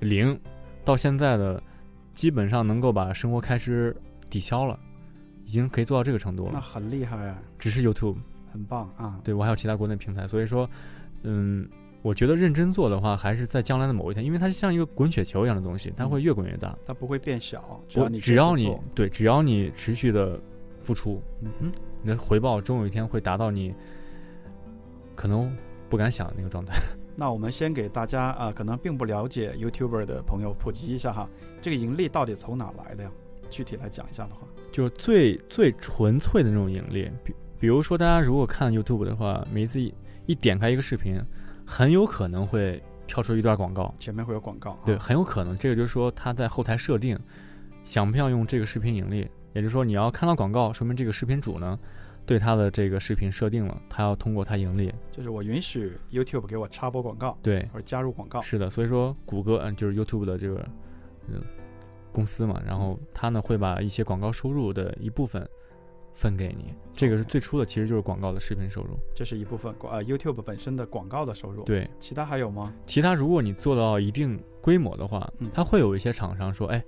Speaker 2: 零到现在的，基本上能够把生活开支抵消了，已经可以做到这个程度
Speaker 1: 那
Speaker 2: 了。
Speaker 1: 很厉害啊，
Speaker 2: 只是 YouTube，
Speaker 1: 很棒啊！
Speaker 2: 对我还有其他国内平台，所以说，嗯，我觉得认真做的话，还是在将来的某一天，因为它就像一个滚雪球一样的东西，它会越滚越大。
Speaker 1: 它不会变小，只
Speaker 2: 我
Speaker 1: 要你
Speaker 2: 只要
Speaker 1: 坚持
Speaker 2: 你
Speaker 1: 做
Speaker 2: 对，只要你持续的付出，
Speaker 1: 嗯哼，
Speaker 2: 你的回报终有一天会达到你可能不敢想那个状态。
Speaker 1: 那我们先给大家啊、呃可能并不了解 YouTuber 的朋友普及一下哈，这个盈利到底从哪来的呀？具体来讲一下的话，
Speaker 2: 就是最最纯粹的那种盈利。比比如说，大家如果看 YouTube 的话，每一次一一点开一个视频，很有可能会跳出一段广告。
Speaker 1: 前面会有广告、啊，
Speaker 2: 对，很有可能，这个就是说他在后台设定，想不想用这个视频盈利，也就是说你要看到广告，说明这个视频主呢对他的这个视频设定了，他要通过它盈利。
Speaker 1: 就是我允许 YouTube 给我插播广告
Speaker 2: 对，
Speaker 1: 或者加入广告，
Speaker 2: 是的，所以说谷歌嗯就是 YouTube 的这个嗯公司嘛，然后它呢会把一些广告收入的一部分分给你，这个是最初的，其实就是广告的视频收入。
Speaker 1: 这是一部分广呃 YouTube 本身的广告的收入。，
Speaker 2: 对，
Speaker 1: 其他还有吗？
Speaker 2: 其他如果你做到一定规模的话
Speaker 1: 嗯，
Speaker 2: 它会有一些厂商说，哎，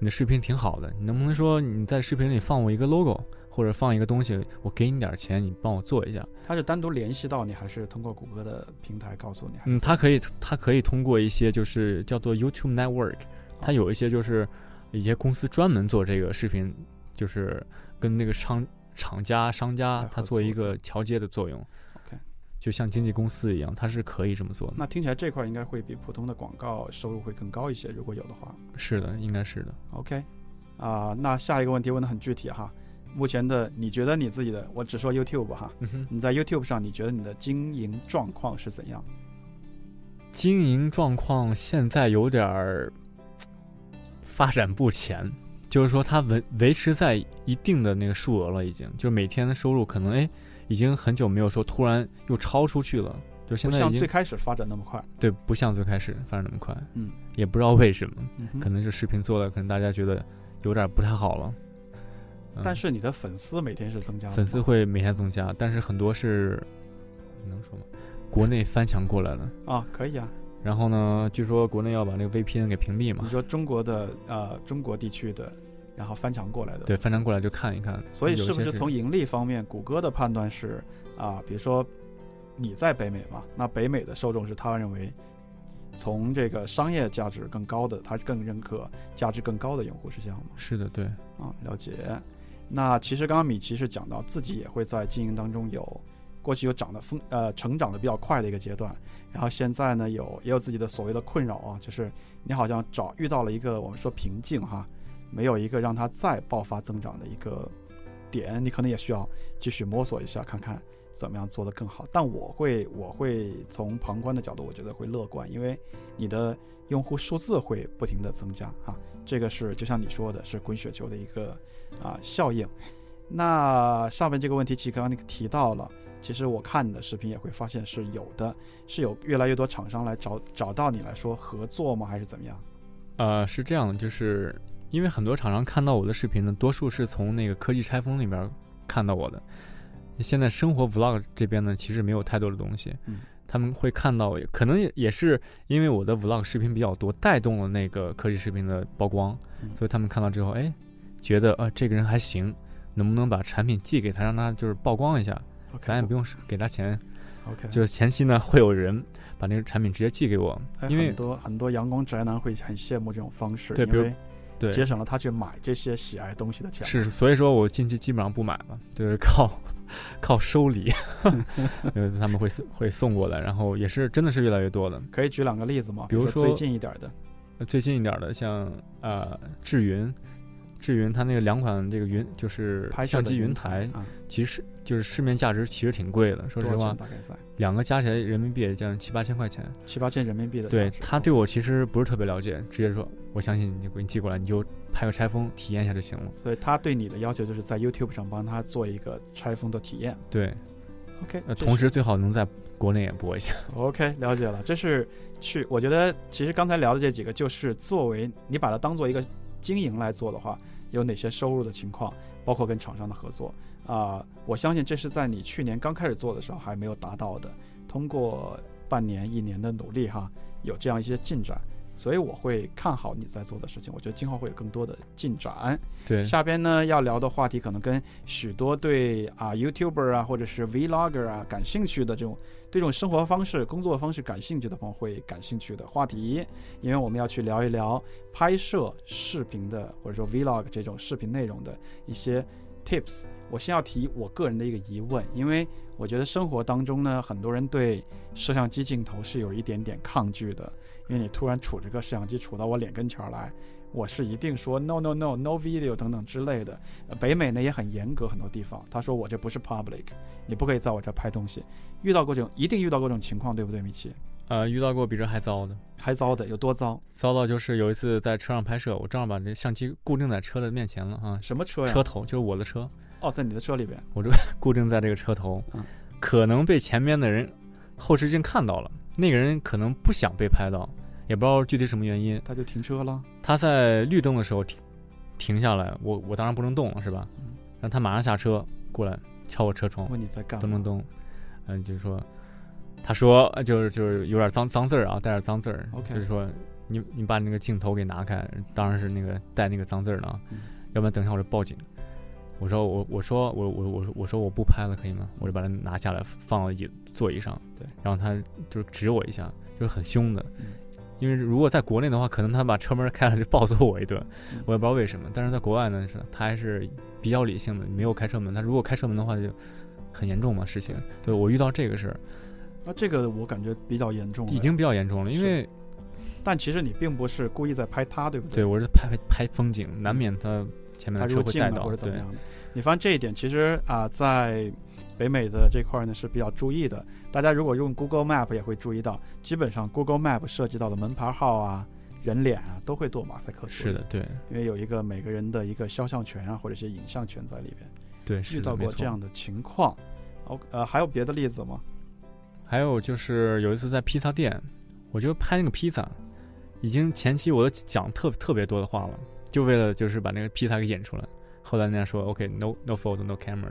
Speaker 2: 你的视频挺好的，你能不能说你在视频里放我一个 logo，或者放一个东西，我给你点儿钱，你帮我做一下。
Speaker 1: 它是单独联系到你，还是通过谷歌的平台告诉你？还是
Speaker 2: 嗯，它可以，它可以通过一些就是叫做 YouTube Network，它
Speaker 1: 哦
Speaker 2: 有一些就是一些公司专门做这个视频，就是跟那个商厂家、商
Speaker 1: 来
Speaker 2: 家，它
Speaker 1: 合
Speaker 2: 做
Speaker 1: 作
Speaker 2: 一
Speaker 1: 的
Speaker 2: 个桥接的作用。
Speaker 1: OK
Speaker 2: 就像经纪公司一样，它是可以这么做的。
Speaker 1: 那听起来这块应该会比普通的广告收入会更高一些，如果有的话。
Speaker 2: 是的，应该是的。
Speaker 1: OK，啊、那下一个问题问的很具体哈。目前的你觉得你自己的，我只说 YouTube 哈，
Speaker 2: 嗯哼。
Speaker 1: 你在 YouTube 上你觉得你的经营状况是怎样？
Speaker 2: 经营状况现在有点儿发展不前，就是说它维维持在一定的那个数额了，已经就是每天的收入可能哎，已经很久没有说突然又超出去了，就现
Speaker 1: 不
Speaker 2: 在已
Speaker 1: 像
Speaker 2: 经
Speaker 1: 最开始发展那么快，
Speaker 2: 对不像最开始发展那么快，
Speaker 1: 嗯，
Speaker 2: 也不知道为什么，
Speaker 1: 嗯哼
Speaker 2: 可能是视频做的，可能大家觉得有点不太好了，嗯
Speaker 1: 但是你啊的粉丝每天是增加的吗，
Speaker 2: 粉丝会每天增加，但是很多是能说吗？国内翻墙过来的，
Speaker 1: 啊，可以啊。
Speaker 2: 然后呢，据说国内要把那个 VPN 给屏蔽嘛
Speaker 1: 你，说中国的呃中国地区的，然后翻墙过来的，
Speaker 2: 对，翻墙过来就看一看。
Speaker 1: 所以
Speaker 2: 有一
Speaker 1: 是不
Speaker 2: 些
Speaker 1: 是从盈利方面，谷歌的判断是啊、比如说你在北美嘛，那北美的受众是他认为从这个商业价值更高的，他更认可价值更高的用户是这样吗？
Speaker 2: 是的，对，
Speaker 1: 啊，了解。那其实刚刚米奇是讲到自己也会在经营当中有过去有长得风呃成长的比较快的一个阶段，然后现在呢有也有自己的所谓的困扰啊，就是你好像找遇到了一个我们说瓶颈哈，没有一个让它再爆发增长的一个点，你可能也需要继续摸索一下，看看怎么样做得更好。但我会我会从旁观的角度，我觉得会乐观，因为你的用户数字会不停的增加啊，这个是就像你说的，是滚雪球的一个啊效应。那下面这个问题，其实刚刚你提到了，其实我看你的视频也会发现是有的，是有越来越多厂商来找找到你来说合作吗？还是怎么样？
Speaker 2: 呃，是这样的，就是因为很多厂商看到我的视频呢，多数是从那个科技拆封里边看到我的。现在生活 vlog 这边呢，其实没有太多的东西，
Speaker 1: 嗯
Speaker 2: 他们会看到，可能也也是因为我的 vlog 视频比较多，带动了那个科技视频的曝光，
Speaker 1: 嗯
Speaker 2: 所以他们看到之后，哎，觉得呃这个人还行，能不能把产品寄给他，让他就是曝光一下，咱也不用给他钱，
Speaker 1: OK，
Speaker 2: 就是前期呢会有人把那个产品直接寄给我，
Speaker 1: 哎
Speaker 2: 因为
Speaker 1: 很多很多阳光宅男会很羡慕这种方式，
Speaker 2: 对比
Speaker 1: 因
Speaker 2: 如
Speaker 1: 为
Speaker 2: 对
Speaker 1: 节省了他去买这些喜爱东西的钱。
Speaker 2: 是，所以说我近期基本上不买了，就是靠靠收 礼，因为他们会送会送过来，然后也是真的是越来越多的。
Speaker 1: 可以举两个例子吗？
Speaker 2: 比如
Speaker 1: 说
Speaker 2: 说
Speaker 1: 最近一点的，
Speaker 2: 呃最近一点儿的像呃智云，智云它那个两款这个云就是
Speaker 1: 拍摄
Speaker 2: 相
Speaker 1: 的
Speaker 2: 机
Speaker 1: 云
Speaker 2: 台，
Speaker 1: 啊，
Speaker 2: 其实就是市面价值其实挺贵的，说
Speaker 1: 多
Speaker 2: 实
Speaker 1: 少
Speaker 2: 话
Speaker 1: 钱，大概在
Speaker 2: 两个加起来人民币也将七八千块钱。
Speaker 1: 七八千人民币的价
Speaker 2: 对
Speaker 1: 值。
Speaker 2: 他对我其实不是特别了解，直接说我相信你，给你寄过来，你就拍个拆封体验一下就行了。
Speaker 1: 所以他对你的要求就是在 YouTube 上帮他做一个拆封的体验。
Speaker 2: 对，
Speaker 1: OK，
Speaker 2: 呃，同时最好能在国内也播一下。
Speaker 1: OK 了解了，这是去我觉得其实刚才聊的这几个，就是作为你把它当做一个经营来做的话，有哪些收入的情况，包括跟厂商的合作啊、我相信这是在你去年刚开始做的时候还没有达到的，通过半年一年的努力哈，有这样一些进展。所以我会看好你在做的事情，我觉得今后会有更多的进展。
Speaker 2: 对，
Speaker 1: 下边呢要聊的话题，可能跟许多对啊 YouTuber 啊或者是 Vlogger 啊感兴趣的这种对这种生活方式、工作方式感兴趣的朋友会感兴趣的话题，因为我们要去聊一聊拍摄视频的或者说 Vlog 这种视频内容的一些 Tips 我先要提我个人的一个疑问，因为我觉得生活当中呢，很多人对摄像机镜头是有一点点抗拒的，因为你突然杵着个摄像机杵到我脸跟前儿来，我是一定说 no no no no video 等等之类的。呃北美呢也很严格，很多地方他说我这不是 public，你不可以在我这儿拍东西。遇到过这种，一定遇到过这种情况，对不对，米奇？
Speaker 2: 呃，遇到过比这还糟的，
Speaker 1: 还糟的有多糟？
Speaker 2: 糟到就是有一次在车上拍摄，我正好把这相机固定在车的面前了啊，
Speaker 1: 什么车呀？
Speaker 2: 车头就是我的车，
Speaker 1: 哦，在你的车里边，
Speaker 2: 固定在这个车头
Speaker 1: 嗯，
Speaker 2: 可能被前面的人后视镜看到了，那个人可能不想被拍到，也不知道具体什么原因，
Speaker 1: 他就停车了。
Speaker 2: 他在绿灯的时候停停下来，我我当然不能动了，是吧？然后他马上下车过来敲嗯我车窗，
Speaker 1: 问你在干
Speaker 2: 咚
Speaker 1: 嘛？
Speaker 2: 咚咚，嗯、就说，他说呃就是就是有点脏脏字儿啊，带点脏字儿
Speaker 1: OK
Speaker 2: 就是说你你把那个镜头给拿开，当然是那个带那个脏字儿了啊，
Speaker 1: 嗯
Speaker 2: 要不然等一下我就报警。我说我我说我我我我说我不拍了可以吗？我就把它拿下来放到椅座椅上，
Speaker 1: 嗯对，
Speaker 2: 然后他就是指我一下，就是很凶的
Speaker 1: 嗯，
Speaker 2: 因为如果在国内的话，可能他把车门开了就暴揍我一顿
Speaker 1: 嗯，
Speaker 2: 我也不知道为什么。但是在国外呢，是他还是比较理性的，没有开车门。他如果开车门的话，就很严重嘛事情。对我遇到这个事儿
Speaker 1: 那啊这个我感觉比较严重了，
Speaker 2: 已经比较严重了，因
Speaker 1: 是
Speaker 2: 为
Speaker 1: 但其实你并不是故意在拍他，对不嗯
Speaker 2: 对我是拍拍风景，难免他前面
Speaker 1: 他
Speaker 2: 的车
Speaker 1: 入
Speaker 2: 嗯会
Speaker 1: 境
Speaker 2: 带
Speaker 1: 了
Speaker 2: 到
Speaker 1: 或者，怎么
Speaker 2: 对
Speaker 1: 样的。你发现这一点，其实啊、在北美的这块呢是比较注意的。大家如果用 Google Map 也会注意到，基本上 Google Map 涉及到的门牌号啊、人脸啊，都会做马赛克处
Speaker 2: 是
Speaker 1: 理
Speaker 2: 的，，对
Speaker 1: 因为有一个每个人的一个肖像权啊，或者是影像权在里边。
Speaker 2: 对是
Speaker 1: 遇
Speaker 2: 的
Speaker 1: 到
Speaker 2: 没
Speaker 1: 过
Speaker 2: 错
Speaker 1: 这样的情况。哦，呃，还有别的例子吗？
Speaker 2: 还有就是有一次在披萨店，我就拍那个披萨，已经前期我都讲特特别多的话了，就为了就是把那个披萨给演出来。后来人家说 OK no no photo no camera。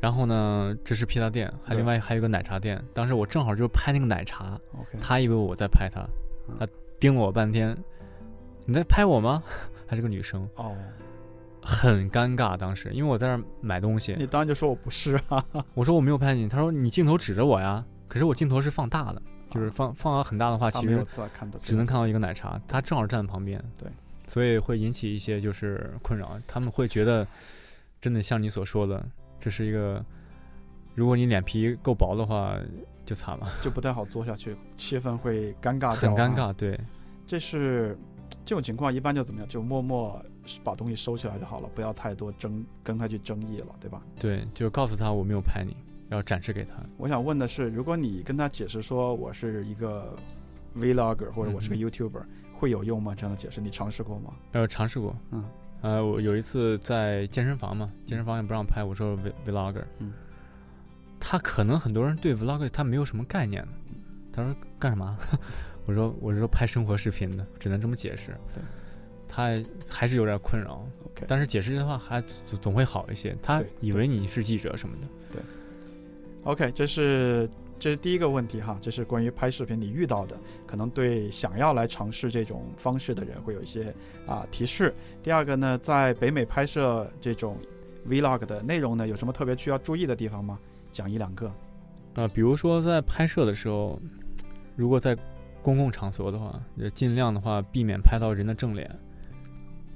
Speaker 2: 然后呢，这是披萨店，还
Speaker 1: 对
Speaker 2: 另外还有一个奶茶店。当时我正好就是拍那个奶茶，
Speaker 1: OK，
Speaker 2: 他以为我在拍他
Speaker 1: 嗯，
Speaker 2: 他盯了我半天，你在拍我吗？ 还是个女生，
Speaker 1: 哦，
Speaker 2: 很尴尬。当时因为我在那儿买东西，
Speaker 1: 你当然就说我不是啊，
Speaker 2: 我说我没有拍你，他说你镜头指着我呀，可是我镜头是放大的，就是放放到很大的话，
Speaker 1: 啊他
Speaker 2: 其
Speaker 1: 啊没有
Speaker 2: 实
Speaker 1: 再看到这
Speaker 2: 只
Speaker 1: 个，
Speaker 2: 能看到一个奶茶，他正好站在旁边，
Speaker 1: 对，
Speaker 2: 所以会引起一些就是困扰，他们会觉得真的像你所说的，这是一个，如果你脸皮够薄的话，就惨了，
Speaker 1: 就不太好做下去，气氛会尴尬、啊
Speaker 2: 很尴。尬，对，
Speaker 1: 这是这种情况一般就怎么样？就默默把东西收起来就好了，不要太多争跟他去争议了，对吧？
Speaker 2: 对，就告诉他我没有拍你，然后展示给他，
Speaker 1: 我想问的是，如果你跟他解释说我是一个 vlogger 或者我是个
Speaker 2: 嗯
Speaker 1: YouTuber，、会有用吗？这样的解释你尝试过吗？
Speaker 2: 呃，尝试过，
Speaker 1: 嗯，
Speaker 2: 呃，我有一次在健身房嘛，健身房也不让拍，我说 v vlogger，
Speaker 1: 嗯，
Speaker 2: 他可能很多人对 vlogger 他没有什么概念的，他说干什么？啊 我说我是说拍生活视频的，只能这么解释，
Speaker 1: 对，
Speaker 2: 他还是有点困扰
Speaker 1: OK
Speaker 2: 但是解释的话还总总会好一些，他
Speaker 1: 对
Speaker 2: 以为你是记者什么的，
Speaker 1: OK，这是这是第一个问题哈，这是关于拍视频你遇到的，可能对想要来尝试这种方式的人会有一些啊、提示。第二个呢，在北美拍摄这种 Vlog 的内容呢，有什么特别需要注意的地方吗？讲一两个。
Speaker 2: 呃，比如说在拍摄的时候，如果在公共场所的话，也尽量的话避免拍到人的正脸，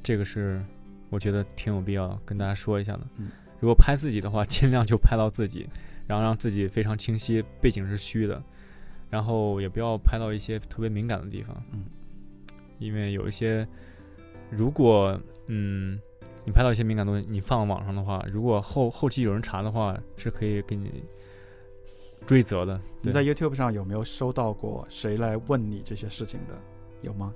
Speaker 2: 这个是我觉得挺有必要跟大家说一下的。
Speaker 1: 嗯
Speaker 2: 如果拍自己的话， 尽量就拍到自己，然后让自己非常清晰，背景是虚的，然后也不要拍到一些特别敏感的地方。
Speaker 1: 嗯，
Speaker 2: 因为有一些，如果嗯。你拍到一些敏感东西，你放网上的话，如果后后期有人查的话，是可以给你追责的。
Speaker 1: 你
Speaker 2: 对
Speaker 1: 在 YouTube 上有没有收到过谁来问你这些事情的？有吗？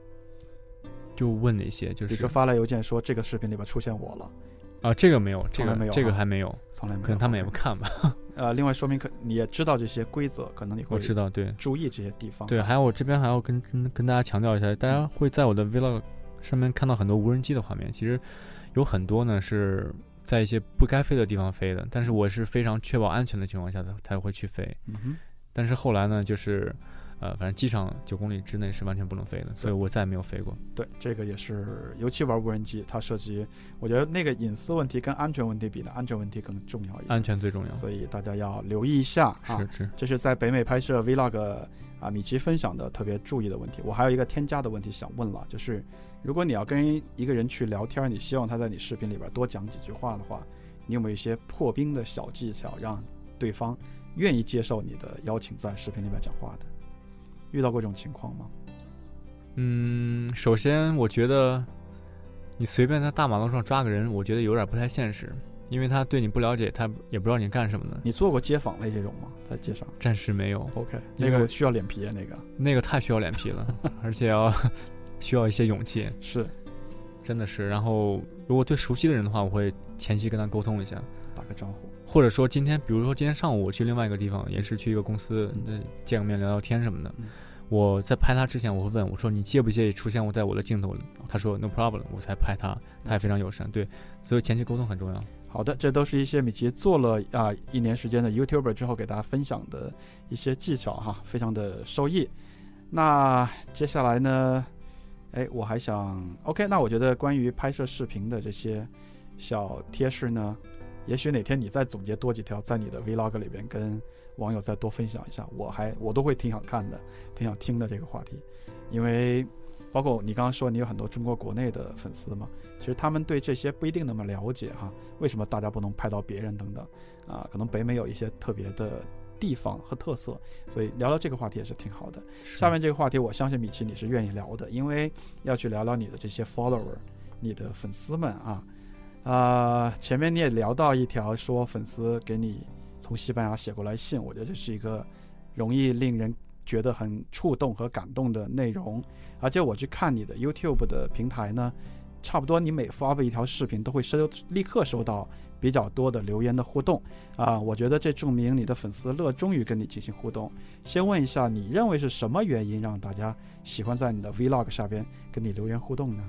Speaker 2: 就问了一些，就
Speaker 1: 比
Speaker 2: 是
Speaker 1: 如说发来邮件说这个视频里边出现我了，
Speaker 2: 啊，这个没有，这
Speaker 1: 从来
Speaker 2: 个
Speaker 1: 没有
Speaker 2: 这个
Speaker 1: 哈
Speaker 2: 还没有，
Speaker 1: 从来没有。
Speaker 2: 可能他们也不
Speaker 1: OK
Speaker 2: 看吧。
Speaker 1: 呃，另外说明可你也知道这些规则，可能你
Speaker 2: 我
Speaker 1: 会
Speaker 2: 知道，对
Speaker 1: 注意这些地方。
Speaker 2: 对，还啊有我这边还要跟跟跟大家强调一下，大家会在我的 vlog 上面看到很多无人机的画面，其实有很多呢是在一些不该飞的地方飞的，但是我是非常确保安全的情况下才才会去飞。
Speaker 1: 嗯哼，
Speaker 2: 但是后来呢，就是呃，反正机场九公里之内是完全不能飞的，所以我再也没有飞过。
Speaker 1: 对，这个也是，尤其玩无人机，它涉及，我觉得那个隐私问题跟安全问题比呢，安全问题更重要一点，
Speaker 2: 安全最重要。
Speaker 1: 所以大家要留意一下啊
Speaker 2: 是。是，
Speaker 1: 这是在北美拍摄 vlog 啊，米奇分享的特别注意的问题。我还有一个添加的问题想问了，就是如果你要跟一个人去聊天，你希望他在你视频里边多讲几句话的话，你有没有一些破冰的小技巧，让对方愿意接受你的邀请，在视频里边讲话的？遇到过这种情况吗？
Speaker 2: 嗯，首先我觉得你随便在大马路上抓个人，我觉得有点不太现实，因为他对你不了解，他也不知道你干什么的。
Speaker 1: 你做过街访类这种吗？在街上
Speaker 2: 暂时没有，
Speaker 1: ？OK，
Speaker 2: 因
Speaker 1: 那
Speaker 2: 为
Speaker 1: 个
Speaker 2: 我
Speaker 1: 需要脸皮啊，那个
Speaker 2: 那个太需要脸皮了，而且要 需要一些勇气，
Speaker 1: 是
Speaker 2: 真的是。然后，如果对熟悉的人的话，我会前期跟他沟通一下，
Speaker 1: 打个招呼。
Speaker 2: 或者说今天，比如说今天上午我去另外一个地方，也是去一个公司，那见个面聊聊天什么的
Speaker 1: 嗯。
Speaker 2: 我在拍他之前，我会问我说：“你介不介意出现我在我的镜头里？”他说：“No problem。”我才拍他，他也非常友善。对，所以前期沟通很重要。
Speaker 1: 好的，这都是一些米奇做了啊、一年时间的 YouTuber 之后给大家分享的一些技巧哈，非常的受益。那接下来呢，哎，我还想 OK，那我觉得关于拍摄视频的这些小贴士呢，也许哪天你再总结多几条，在你的 Vlog 里边跟网友再多分享一下，我还我都会挺想看的，挺想听的这个话题，因为包括你刚刚说你有很多中国国内的粉丝嘛，其实他们对这些不一定那么了解哈，为什么大家不能拍到别人等等，啊，可能北美有一些特别的地方和特色，所以聊聊这个话题也是挺好的。
Speaker 2: 嗯
Speaker 1: 下面这个话题，我相信米奇你是愿意聊的，因为要去聊聊你的这些 follower，你的粉丝们啊，呃，前面你也聊到一条说粉丝给你从西班牙写过来信，我觉得这是一个容易令人觉得很触动和感动的内容，而且我去看你的 YouTube 的平台呢。差不多，你每发布一条视频都会收，立刻收到比较多的留言的互动啊、我觉得这证明你的粉丝乐衷于跟你进行互动。先问一下，你认为是什么原因让大家喜欢在你的 Vlog 下边跟你留言互动呢？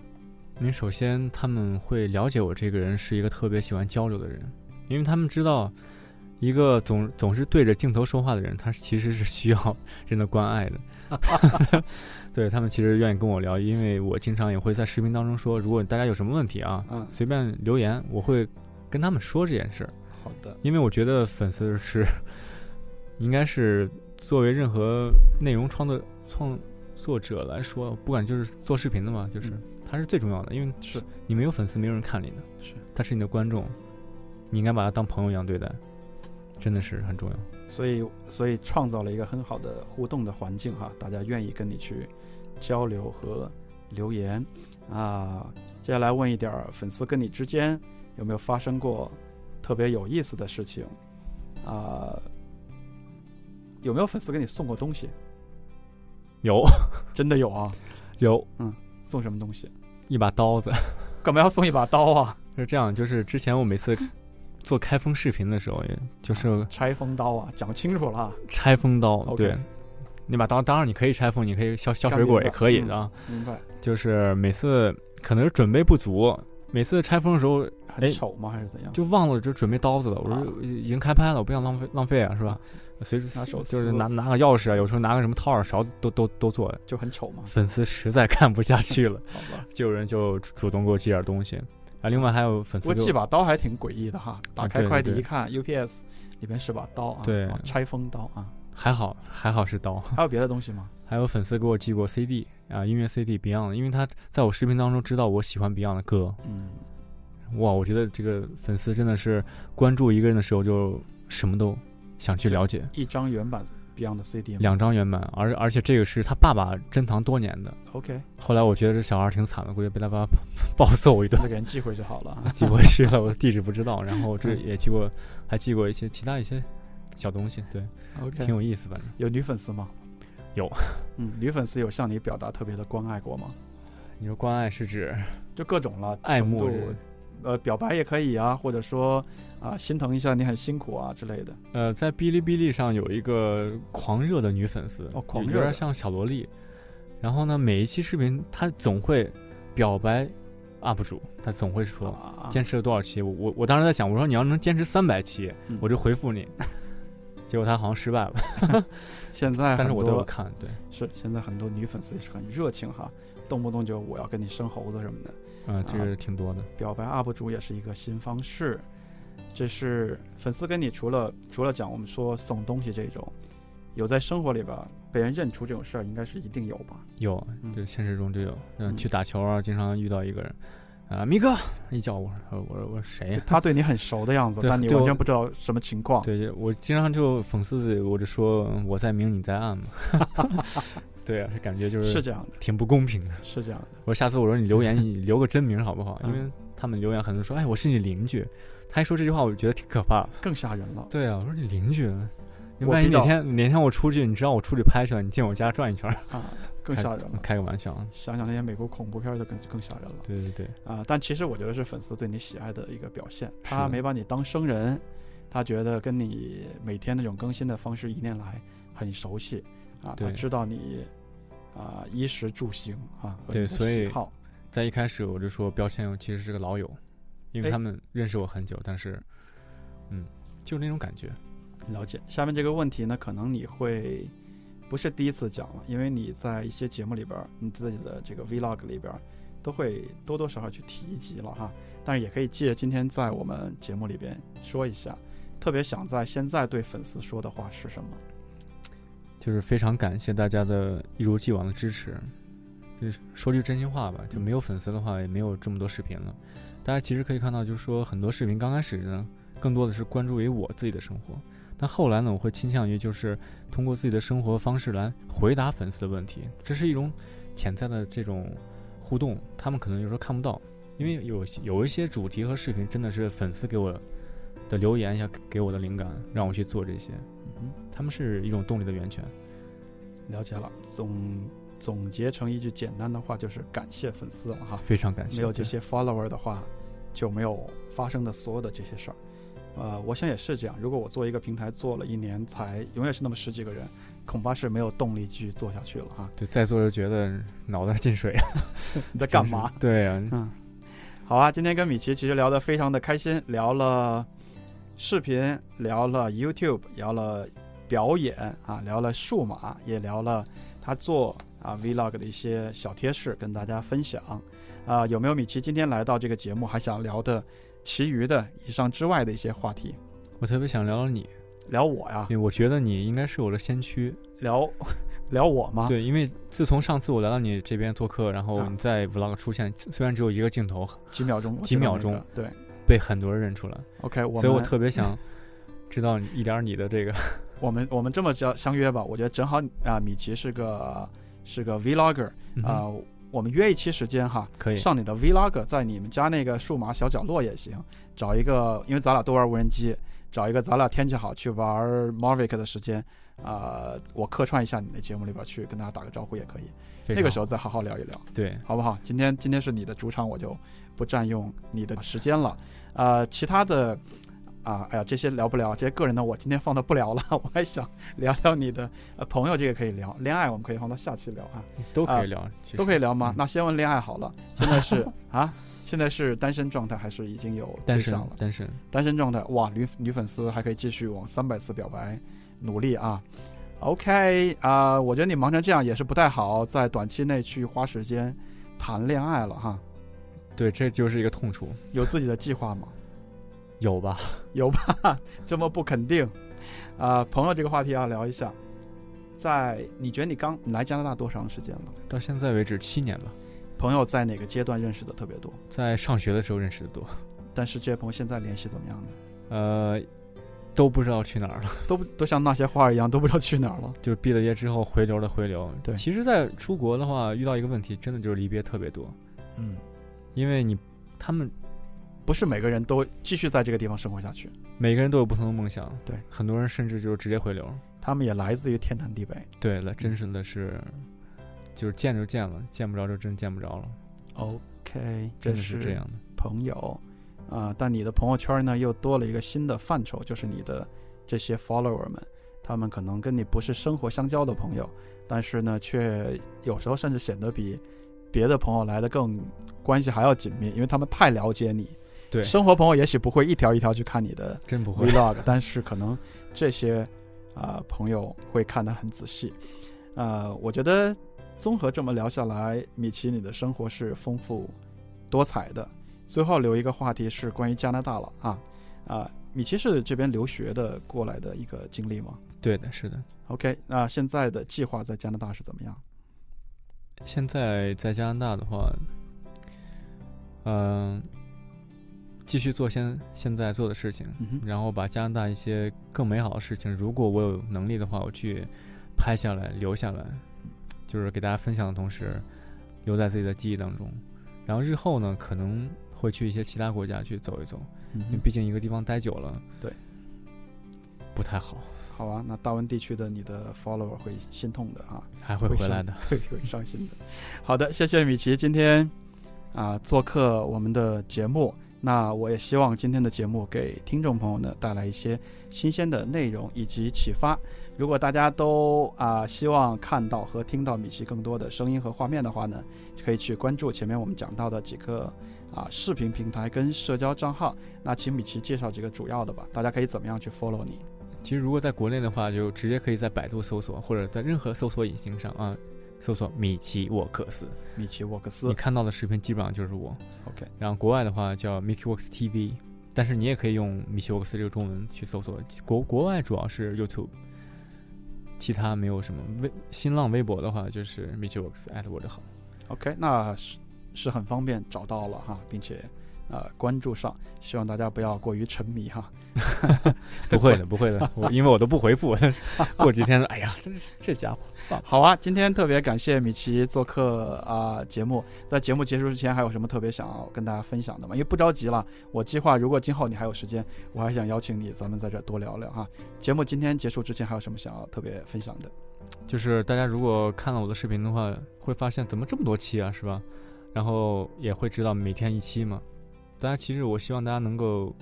Speaker 2: 因为首先他们会了解我这个人是一个特别喜欢交流的人，因为他们知道一个总总是对着镜头说话的人，他其实是需要人的关爱的。 对他们其实愿意跟我聊，因为我经常也会在视频当中说，如果大家有什么问题啊，
Speaker 1: 嗯
Speaker 2: 随便留言，我会跟他们说这件事儿，
Speaker 1: 好的，
Speaker 2: 因为我觉得粉丝是应该是作为任何内容创作创作者来说，不管就是做视频的嘛，就是。
Speaker 1: 嗯
Speaker 2: 它是最重要的，因为
Speaker 1: 是
Speaker 2: 你没有粉丝，没有人看你的，
Speaker 1: 是，
Speaker 2: 他是你的观众，你应该把他当朋友一样对待，真的是很重要。
Speaker 1: 所以所以创造了一个很好的互动的环境哈，大家愿意跟你去交流和留言啊。接下来问一点儿，粉丝跟你之间有没有发生过特别有意思的事情啊？有没有粉丝给你送过东西？
Speaker 2: 有
Speaker 1: 真的有啊，
Speaker 2: 有
Speaker 1: 送什么东西？
Speaker 2: 一把刀子
Speaker 1: 干嘛要送一把刀啊？
Speaker 2: 是这样，就是之前我每次做开封视频的时候，也就是
Speaker 1: 拆封刀啊，讲清楚了啊。
Speaker 2: 拆封刀
Speaker 1: OK
Speaker 2: 对，那把刀当然你可以拆封，你可以削削水果也可以的啊，
Speaker 1: 明白。
Speaker 2: 就是每次可能是准备不足，每次拆封的时候
Speaker 1: 很丑吗？还是怎样？
Speaker 2: 哎就忘了就准备刀子了。我
Speaker 1: 啊
Speaker 2: 说已经开拍了，我不想浪费浪费啊，是吧？随时
Speaker 1: 拿手撕
Speaker 2: 就是拿拿个钥匙啊，有时候拿个什么掏耳勺都都都做。
Speaker 1: 就很丑嘛，
Speaker 2: 粉丝实在看不下去了，
Speaker 1: 好吧。
Speaker 2: 就有人就主主动给我寄点东西啊。另外还有粉
Speaker 1: 不
Speaker 2: 丝
Speaker 1: 过这
Speaker 2: 就
Speaker 1: 把刀还挺诡异的哈，打开
Speaker 2: 对
Speaker 1: 快递
Speaker 2: 啊对
Speaker 1: 一看，UPS 里面是把刀啊，
Speaker 2: 对
Speaker 1: 啊拆封刀啊。
Speaker 2: 还好还好是刀，
Speaker 1: 还有别的东西吗？
Speaker 2: 还有粉丝给我寄过 CD 啊，音乐 CD Beyond，因为他在我视频当中知道我喜欢 Beyond 的歌。
Speaker 1: 嗯，
Speaker 2: 哇，我觉得这个粉丝真的是关注一个人的时候就什么都想去了解。
Speaker 1: 一张原版 Beyond 的 CD 吗。
Speaker 2: 两张原版，而而且这个是他爸爸珍藏多年的，
Speaker 1: OK，
Speaker 2: 后来我觉得这小孩儿挺惨的，估计被他爸 暴揍一顿
Speaker 1: 那，给人寄回去好了啊。
Speaker 2: 寄回去了，我的地址不知道。然后
Speaker 1: 嗯
Speaker 2: 这也寄过，还寄过一些其他一些小东西，对，挺
Speaker 1: OK，
Speaker 2: 有意思，反正
Speaker 1: 有女粉丝吗？
Speaker 2: 有。
Speaker 1: 嗯，女粉丝有向你表达特别的关爱过吗？
Speaker 2: 你说关爱是指
Speaker 1: 就各种了，
Speaker 2: 爱
Speaker 1: 程
Speaker 2: 慕
Speaker 1: 度
Speaker 2: 是，
Speaker 1: 呃，表白也可以啊，或者说啊，心疼一下你很辛苦啊之类的。
Speaker 2: 呃，在哔哩哔哩上有一个狂热的女粉丝，
Speaker 1: 哦狂
Speaker 2: 有
Speaker 1: 热
Speaker 2: 有点
Speaker 1: 的
Speaker 2: 像小萝莉。然后呢，每一期视频她总会表白 UP 主，她总会说，
Speaker 1: 啊，
Speaker 2: 坚持了多少期？我我我当时在想，我说你要能坚持三百期，
Speaker 1: 嗯
Speaker 2: 我就回复你。结果他好像失 败了，
Speaker 1: 现在
Speaker 2: 但
Speaker 1: 很
Speaker 2: 是我都有
Speaker 1: 多
Speaker 2: 看，对，
Speaker 1: 是现在很多女粉丝也是很热情哈，动不动就我要跟你生猴子什么的。
Speaker 2: 嗯，这
Speaker 1: 啊
Speaker 2: 个挺多的，
Speaker 1: 表白 UP 主也是一个新方式，这是粉丝跟你除了除了讲我们说送东西这种，有在生活里边被人认出这种事儿，应该是一定有吧？
Speaker 2: 有
Speaker 1: 嗯，
Speaker 2: 就现实中就有，嗯，
Speaker 1: 嗯
Speaker 2: 去打球啊，经常遇到一个人，啊，咪哥一叫我，我说我说我说谁啊
Speaker 1: 就
Speaker 2: 呀？
Speaker 1: 他对你很熟的样子，
Speaker 2: 对
Speaker 1: 但你
Speaker 2: 对
Speaker 1: 完
Speaker 2: 我
Speaker 1: 全不知道什么情况。
Speaker 2: 对，就我经常就讽刺自己，我就说我在明你在暗嘛， 对啊，感觉就是是
Speaker 1: 这样的，
Speaker 2: 挺不公平的。
Speaker 1: 是这样的，
Speaker 2: 我下次我说你留言，你留个真名好不好？因
Speaker 1: 嗯
Speaker 2: 为他们留言很多说，哎，我是你邻居，他一说这句话，我就觉得挺可怕的。
Speaker 1: 更吓人了。
Speaker 2: 对啊，我说你邻居，你
Speaker 1: 我
Speaker 2: 万一
Speaker 1: 比
Speaker 2: 哪
Speaker 1: 较
Speaker 2: 天哪天我出去，你知道我出去拍去了，你进我家转一圈儿，
Speaker 1: 啊，更吓人了。
Speaker 2: 开个玩笑。
Speaker 1: 想想那些美国恐怖片儿就更更吓人了
Speaker 2: 对对对，
Speaker 1: 啊！但其实我觉得是粉丝对你喜爱的一个表现，
Speaker 2: 是
Speaker 1: 他
Speaker 2: 的
Speaker 1: 没把你当生人，他觉得跟你每天那种更新的方式一念来很熟悉啊，他
Speaker 2: 对
Speaker 1: 知道你啊衣食住行啊和
Speaker 2: 对
Speaker 1: 你的
Speaker 2: 所
Speaker 1: 喜
Speaker 2: 以
Speaker 1: 好
Speaker 2: 在一开始我就说标签其实是个老友，因为
Speaker 1: 哎
Speaker 2: 他们认识我很久，但是，嗯，就是那种感觉。
Speaker 1: 了解。下面这个问题呢，可能你会不是第一次讲了，因为你在一些节目里边儿，你自己的这个 vlog 里边儿都会多多少少去提及了哈。但是也可以借今天在我们节目里边说一下，特别想在现在对粉丝说的话是什么？
Speaker 2: 就是非常感谢大家的一如既往的支持。就是说句真心话吧，就没有粉丝的话，也没有这么多视频了。大家其实可以看到，就是说很多视频刚开始呢，更多的是关注于我自己的生活。但后来呢，我会倾向于就是通过自己的生活方式来回答粉丝的问题，这是一种潜在的这种互动，他们可能有时候看不到，因为有有一些主题和视频真的是粉丝给我的留言，要给我的灵感，让我去做这些，
Speaker 1: 嗯
Speaker 2: 他们是一种动力的源泉。
Speaker 1: 哼，了解了。总总结成一句简单的话，就是感谢粉丝了哈。
Speaker 2: 非常感谢。
Speaker 1: 没有这
Speaker 2: 对，
Speaker 1: 些 follower 的话，就没有发生的所有的这些事儿。呃，我想也是这样。如果我做一个平台做了一年才永远是那么十几个人，恐怕是没有动力继续做下去了哈。
Speaker 2: 对，在座就觉得脑袋进水，
Speaker 1: 你在干嘛？？
Speaker 2: 对啊，
Speaker 1: 嗯，好啊，今天跟米奇其实聊得非常的开心，聊了视频，聊了 YouTube，聊了表演啊，聊了数码，也聊了他做啊 Vlog 的一些小贴士跟大家分享。啊，有没有米奇今天来到这个节目还想聊的其余的以上之外的一些话题？
Speaker 2: 我特别想聊聊你，
Speaker 1: 聊我呀
Speaker 2: 因，为我觉得你应该是我的先驱。
Speaker 1: 聊聊我吗？
Speaker 2: 对，因为自从上次我来到你这边做客，然后
Speaker 1: 啊
Speaker 2: 你在 vlog 出现，虽然只有一个镜头，
Speaker 1: 几秒钟，我
Speaker 2: 几
Speaker 1: 知道
Speaker 2: 秒
Speaker 1: 那个
Speaker 2: 钟，
Speaker 1: 对
Speaker 2: 被很多人认出来，
Speaker 1: ，OK，我
Speaker 2: 所以我
Speaker 1: 们
Speaker 2: 特别想知道一点儿你的这个。
Speaker 1: 我们我们这么着相约吧，我觉得正好啊、米奇是个是个 vlogger
Speaker 2: 嗯
Speaker 1: 啊、我们约一期时间哈，
Speaker 2: 可以，
Speaker 1: 上你的 vlog，在你们家那个数码小角落也行，找一个，因为咱俩都玩无人机，找一个咱俩天气好去玩 Mavic 的时间，啊、我客串一下你的节目里边去，跟大家打个招呼也可以，
Speaker 2: 非
Speaker 1: 那个
Speaker 2: 常
Speaker 1: 时候
Speaker 2: 好
Speaker 1: 再好好聊一聊。
Speaker 2: 对，
Speaker 1: 好不好？今天今天是你的主场，我就不占用你的时间了。呃，其他的啊、哎呀，这些聊不了，这些个人的我今天放的不聊了。我还想聊聊你的呃朋友，这个可以聊，恋爱我们可以放到下期聊啊，
Speaker 2: 都
Speaker 1: 啊
Speaker 2: 可以聊，其
Speaker 1: 都
Speaker 2: 实
Speaker 1: 可以聊吗？
Speaker 2: 嗯
Speaker 1: 那先问恋爱好了，现 在是啊。现在是单身状态还是已经有对
Speaker 2: 单身
Speaker 1: 象了？
Speaker 2: 单身，
Speaker 1: 单身状态，哇，女女粉丝还可以继续往三百次表白努力啊。OK 啊、我觉得你忙成这样也是不太好，在短期内去花时间谈恋爱了哈。
Speaker 2: 对，这就是一个痛处，
Speaker 1: 有自己的计划吗？
Speaker 2: 有吧？
Speaker 1: 有吧？这么不肯定啊、朋友这个话题要聊一下，在你觉得你刚你来加拿大多长时间了？
Speaker 2: 到现在为止七年了，
Speaker 1: 朋友在哪个阶段认识的特别多？
Speaker 2: 在上学的时候认识的多，
Speaker 1: 但是这些朋友现在联系怎么样呢？
Speaker 2: 呃，都不知道去哪儿了。
Speaker 1: 都不都像那些花儿一样，都不知道去哪儿了。
Speaker 2: 就是毕了业之后回流的回流。
Speaker 1: 对
Speaker 2: 其实，在出国的话，遇到一个问题，真的就是离别特别多，
Speaker 1: 嗯，
Speaker 2: 因为你他们
Speaker 1: 不是每个人都继续在这个地方生活下去，
Speaker 2: 每个人都有不同的梦想，
Speaker 1: 对，
Speaker 2: 很多人甚至就是直接回流。
Speaker 1: 他们也来自于天南地北。
Speaker 2: 对了，真是的是，就是见就见了，见不着就真见不着了，
Speaker 1: OK，
Speaker 2: 哦真
Speaker 1: 这
Speaker 2: 的是这样的。
Speaker 1: 朋友啊、但你的朋友圈呢又多了一个新的范畴，就是你的这些 follower 们，他们可能跟你不是生活相交的朋友，但是呢，却有时候甚至显得比别的朋友来的更关系还要紧密，因为他们太了解你。
Speaker 2: 对
Speaker 1: 生活朋友也许不会一条一条去看你的
Speaker 2: 真不会，
Speaker 1: vlog，但是可能这些啊、朋友会看得很仔细。呃，我觉得综合这么聊下来，米奇，你的生活是丰富多彩的。最后留一个话题是关于加拿大了啊啊、米奇是这边留学的过来的一个经历吗
Speaker 2: 对的，是的。
Speaker 1: ？OK，那现在的计划在加拿大是怎么样？
Speaker 2: 现在在加拿大的话，嗯、继续做现现在做的事情，
Speaker 1: 嗯哼，
Speaker 2: 然后把加拿大一些更美好的事情，如果我有能力的话，我去拍下来、留下来，就是给大家分享的同时，留在自己的记忆当中。然后日后呢，可能会去一些其他国家去走一走，
Speaker 1: 嗯
Speaker 2: 因为
Speaker 1: 哼
Speaker 2: 毕竟一个地方待久了，
Speaker 1: 对，
Speaker 2: 不太好，
Speaker 1: 好啊，那大温地区的你的 follower 会心痛的啊。
Speaker 2: 还会
Speaker 1: 会
Speaker 2: 回
Speaker 1: 伤
Speaker 2: 来的。
Speaker 1: 会会伤心的。好的，谢谢米奇今天啊、做客我们的节目。那我也希望今天的节目给听众朋友呢带来一些新鲜的内容以及启发。如果大家都啊、希望看到和听到米奇更多的声音和画面的话呢，可以去关注前面我们讲到的几个啊、视频平台跟社交账号。那请米奇介绍几个主要的吧，大家可以怎么样去 follow 你？
Speaker 2: 其实如果在国内的话，就直接可以在百度搜索，或者在任何搜索引擎上啊，搜索米奇沃克斯，
Speaker 1: 米奇沃克斯
Speaker 2: 你看到的视频基本上就是我。
Speaker 1: ，OK，
Speaker 2: 然后国外的话叫 Mickey Works TV，但是你也可以用米奇沃克斯这个中文去搜索。国国外主要是 YouTube，其他没有什么。微新浪微博的话就是 Mickey Works at 我的好。
Speaker 1: OK，那是是很方便找到了哈，并且呃关注上，希望大家不要过于沉迷哈。
Speaker 2: 不会的，不会的，我因为我都不回复， 过几天哎呀，真是这家伙算了。
Speaker 1: 好啊，今天特别感谢米奇做客啊、节目。在节目结束之前，还有什么特别想要跟大家分享的吗？因为不着急了，我计划如果今后你还有时间，我还想邀请你，咱们在这儿多聊聊哈。节目今天结束之前，还有什么想要特别分享的？
Speaker 2: 就是大家如果看了我的视频的话，会发现怎么这么多期啊，是吧？然后也会知道每天一期嘛。大家其实我希望大家能够，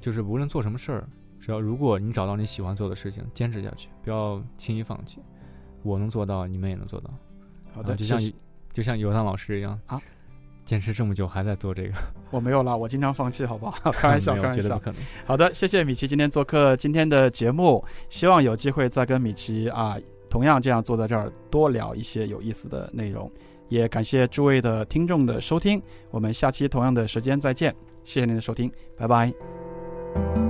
Speaker 2: 就是无论做什么事儿，只要如果你找到你喜欢做的事情，坚持下去，不要轻易放弃。我能做到，你们也能做到。
Speaker 1: 好
Speaker 2: 好
Speaker 1: 的，
Speaker 2: 啊就
Speaker 1: 谢
Speaker 2: 像
Speaker 1: 谢
Speaker 2: 就像尤丹老师一样
Speaker 1: 啊，
Speaker 2: 坚持这么久还在做这个，
Speaker 1: 我没有了，我经常放弃，好 不好？开玩笑，
Speaker 2: 没
Speaker 1: 开
Speaker 2: 有
Speaker 1: 玩
Speaker 2: 绝对
Speaker 1: 笑
Speaker 2: 不。可能。
Speaker 1: 好的，谢谢米奇今天做客今天的节目，希望有机会再跟米奇啊，同样这样坐在这儿多聊一些有意思的内容。也感谢诸位的听众的收听，我们下期同样的时间再见，谢谢您的收听，拜拜。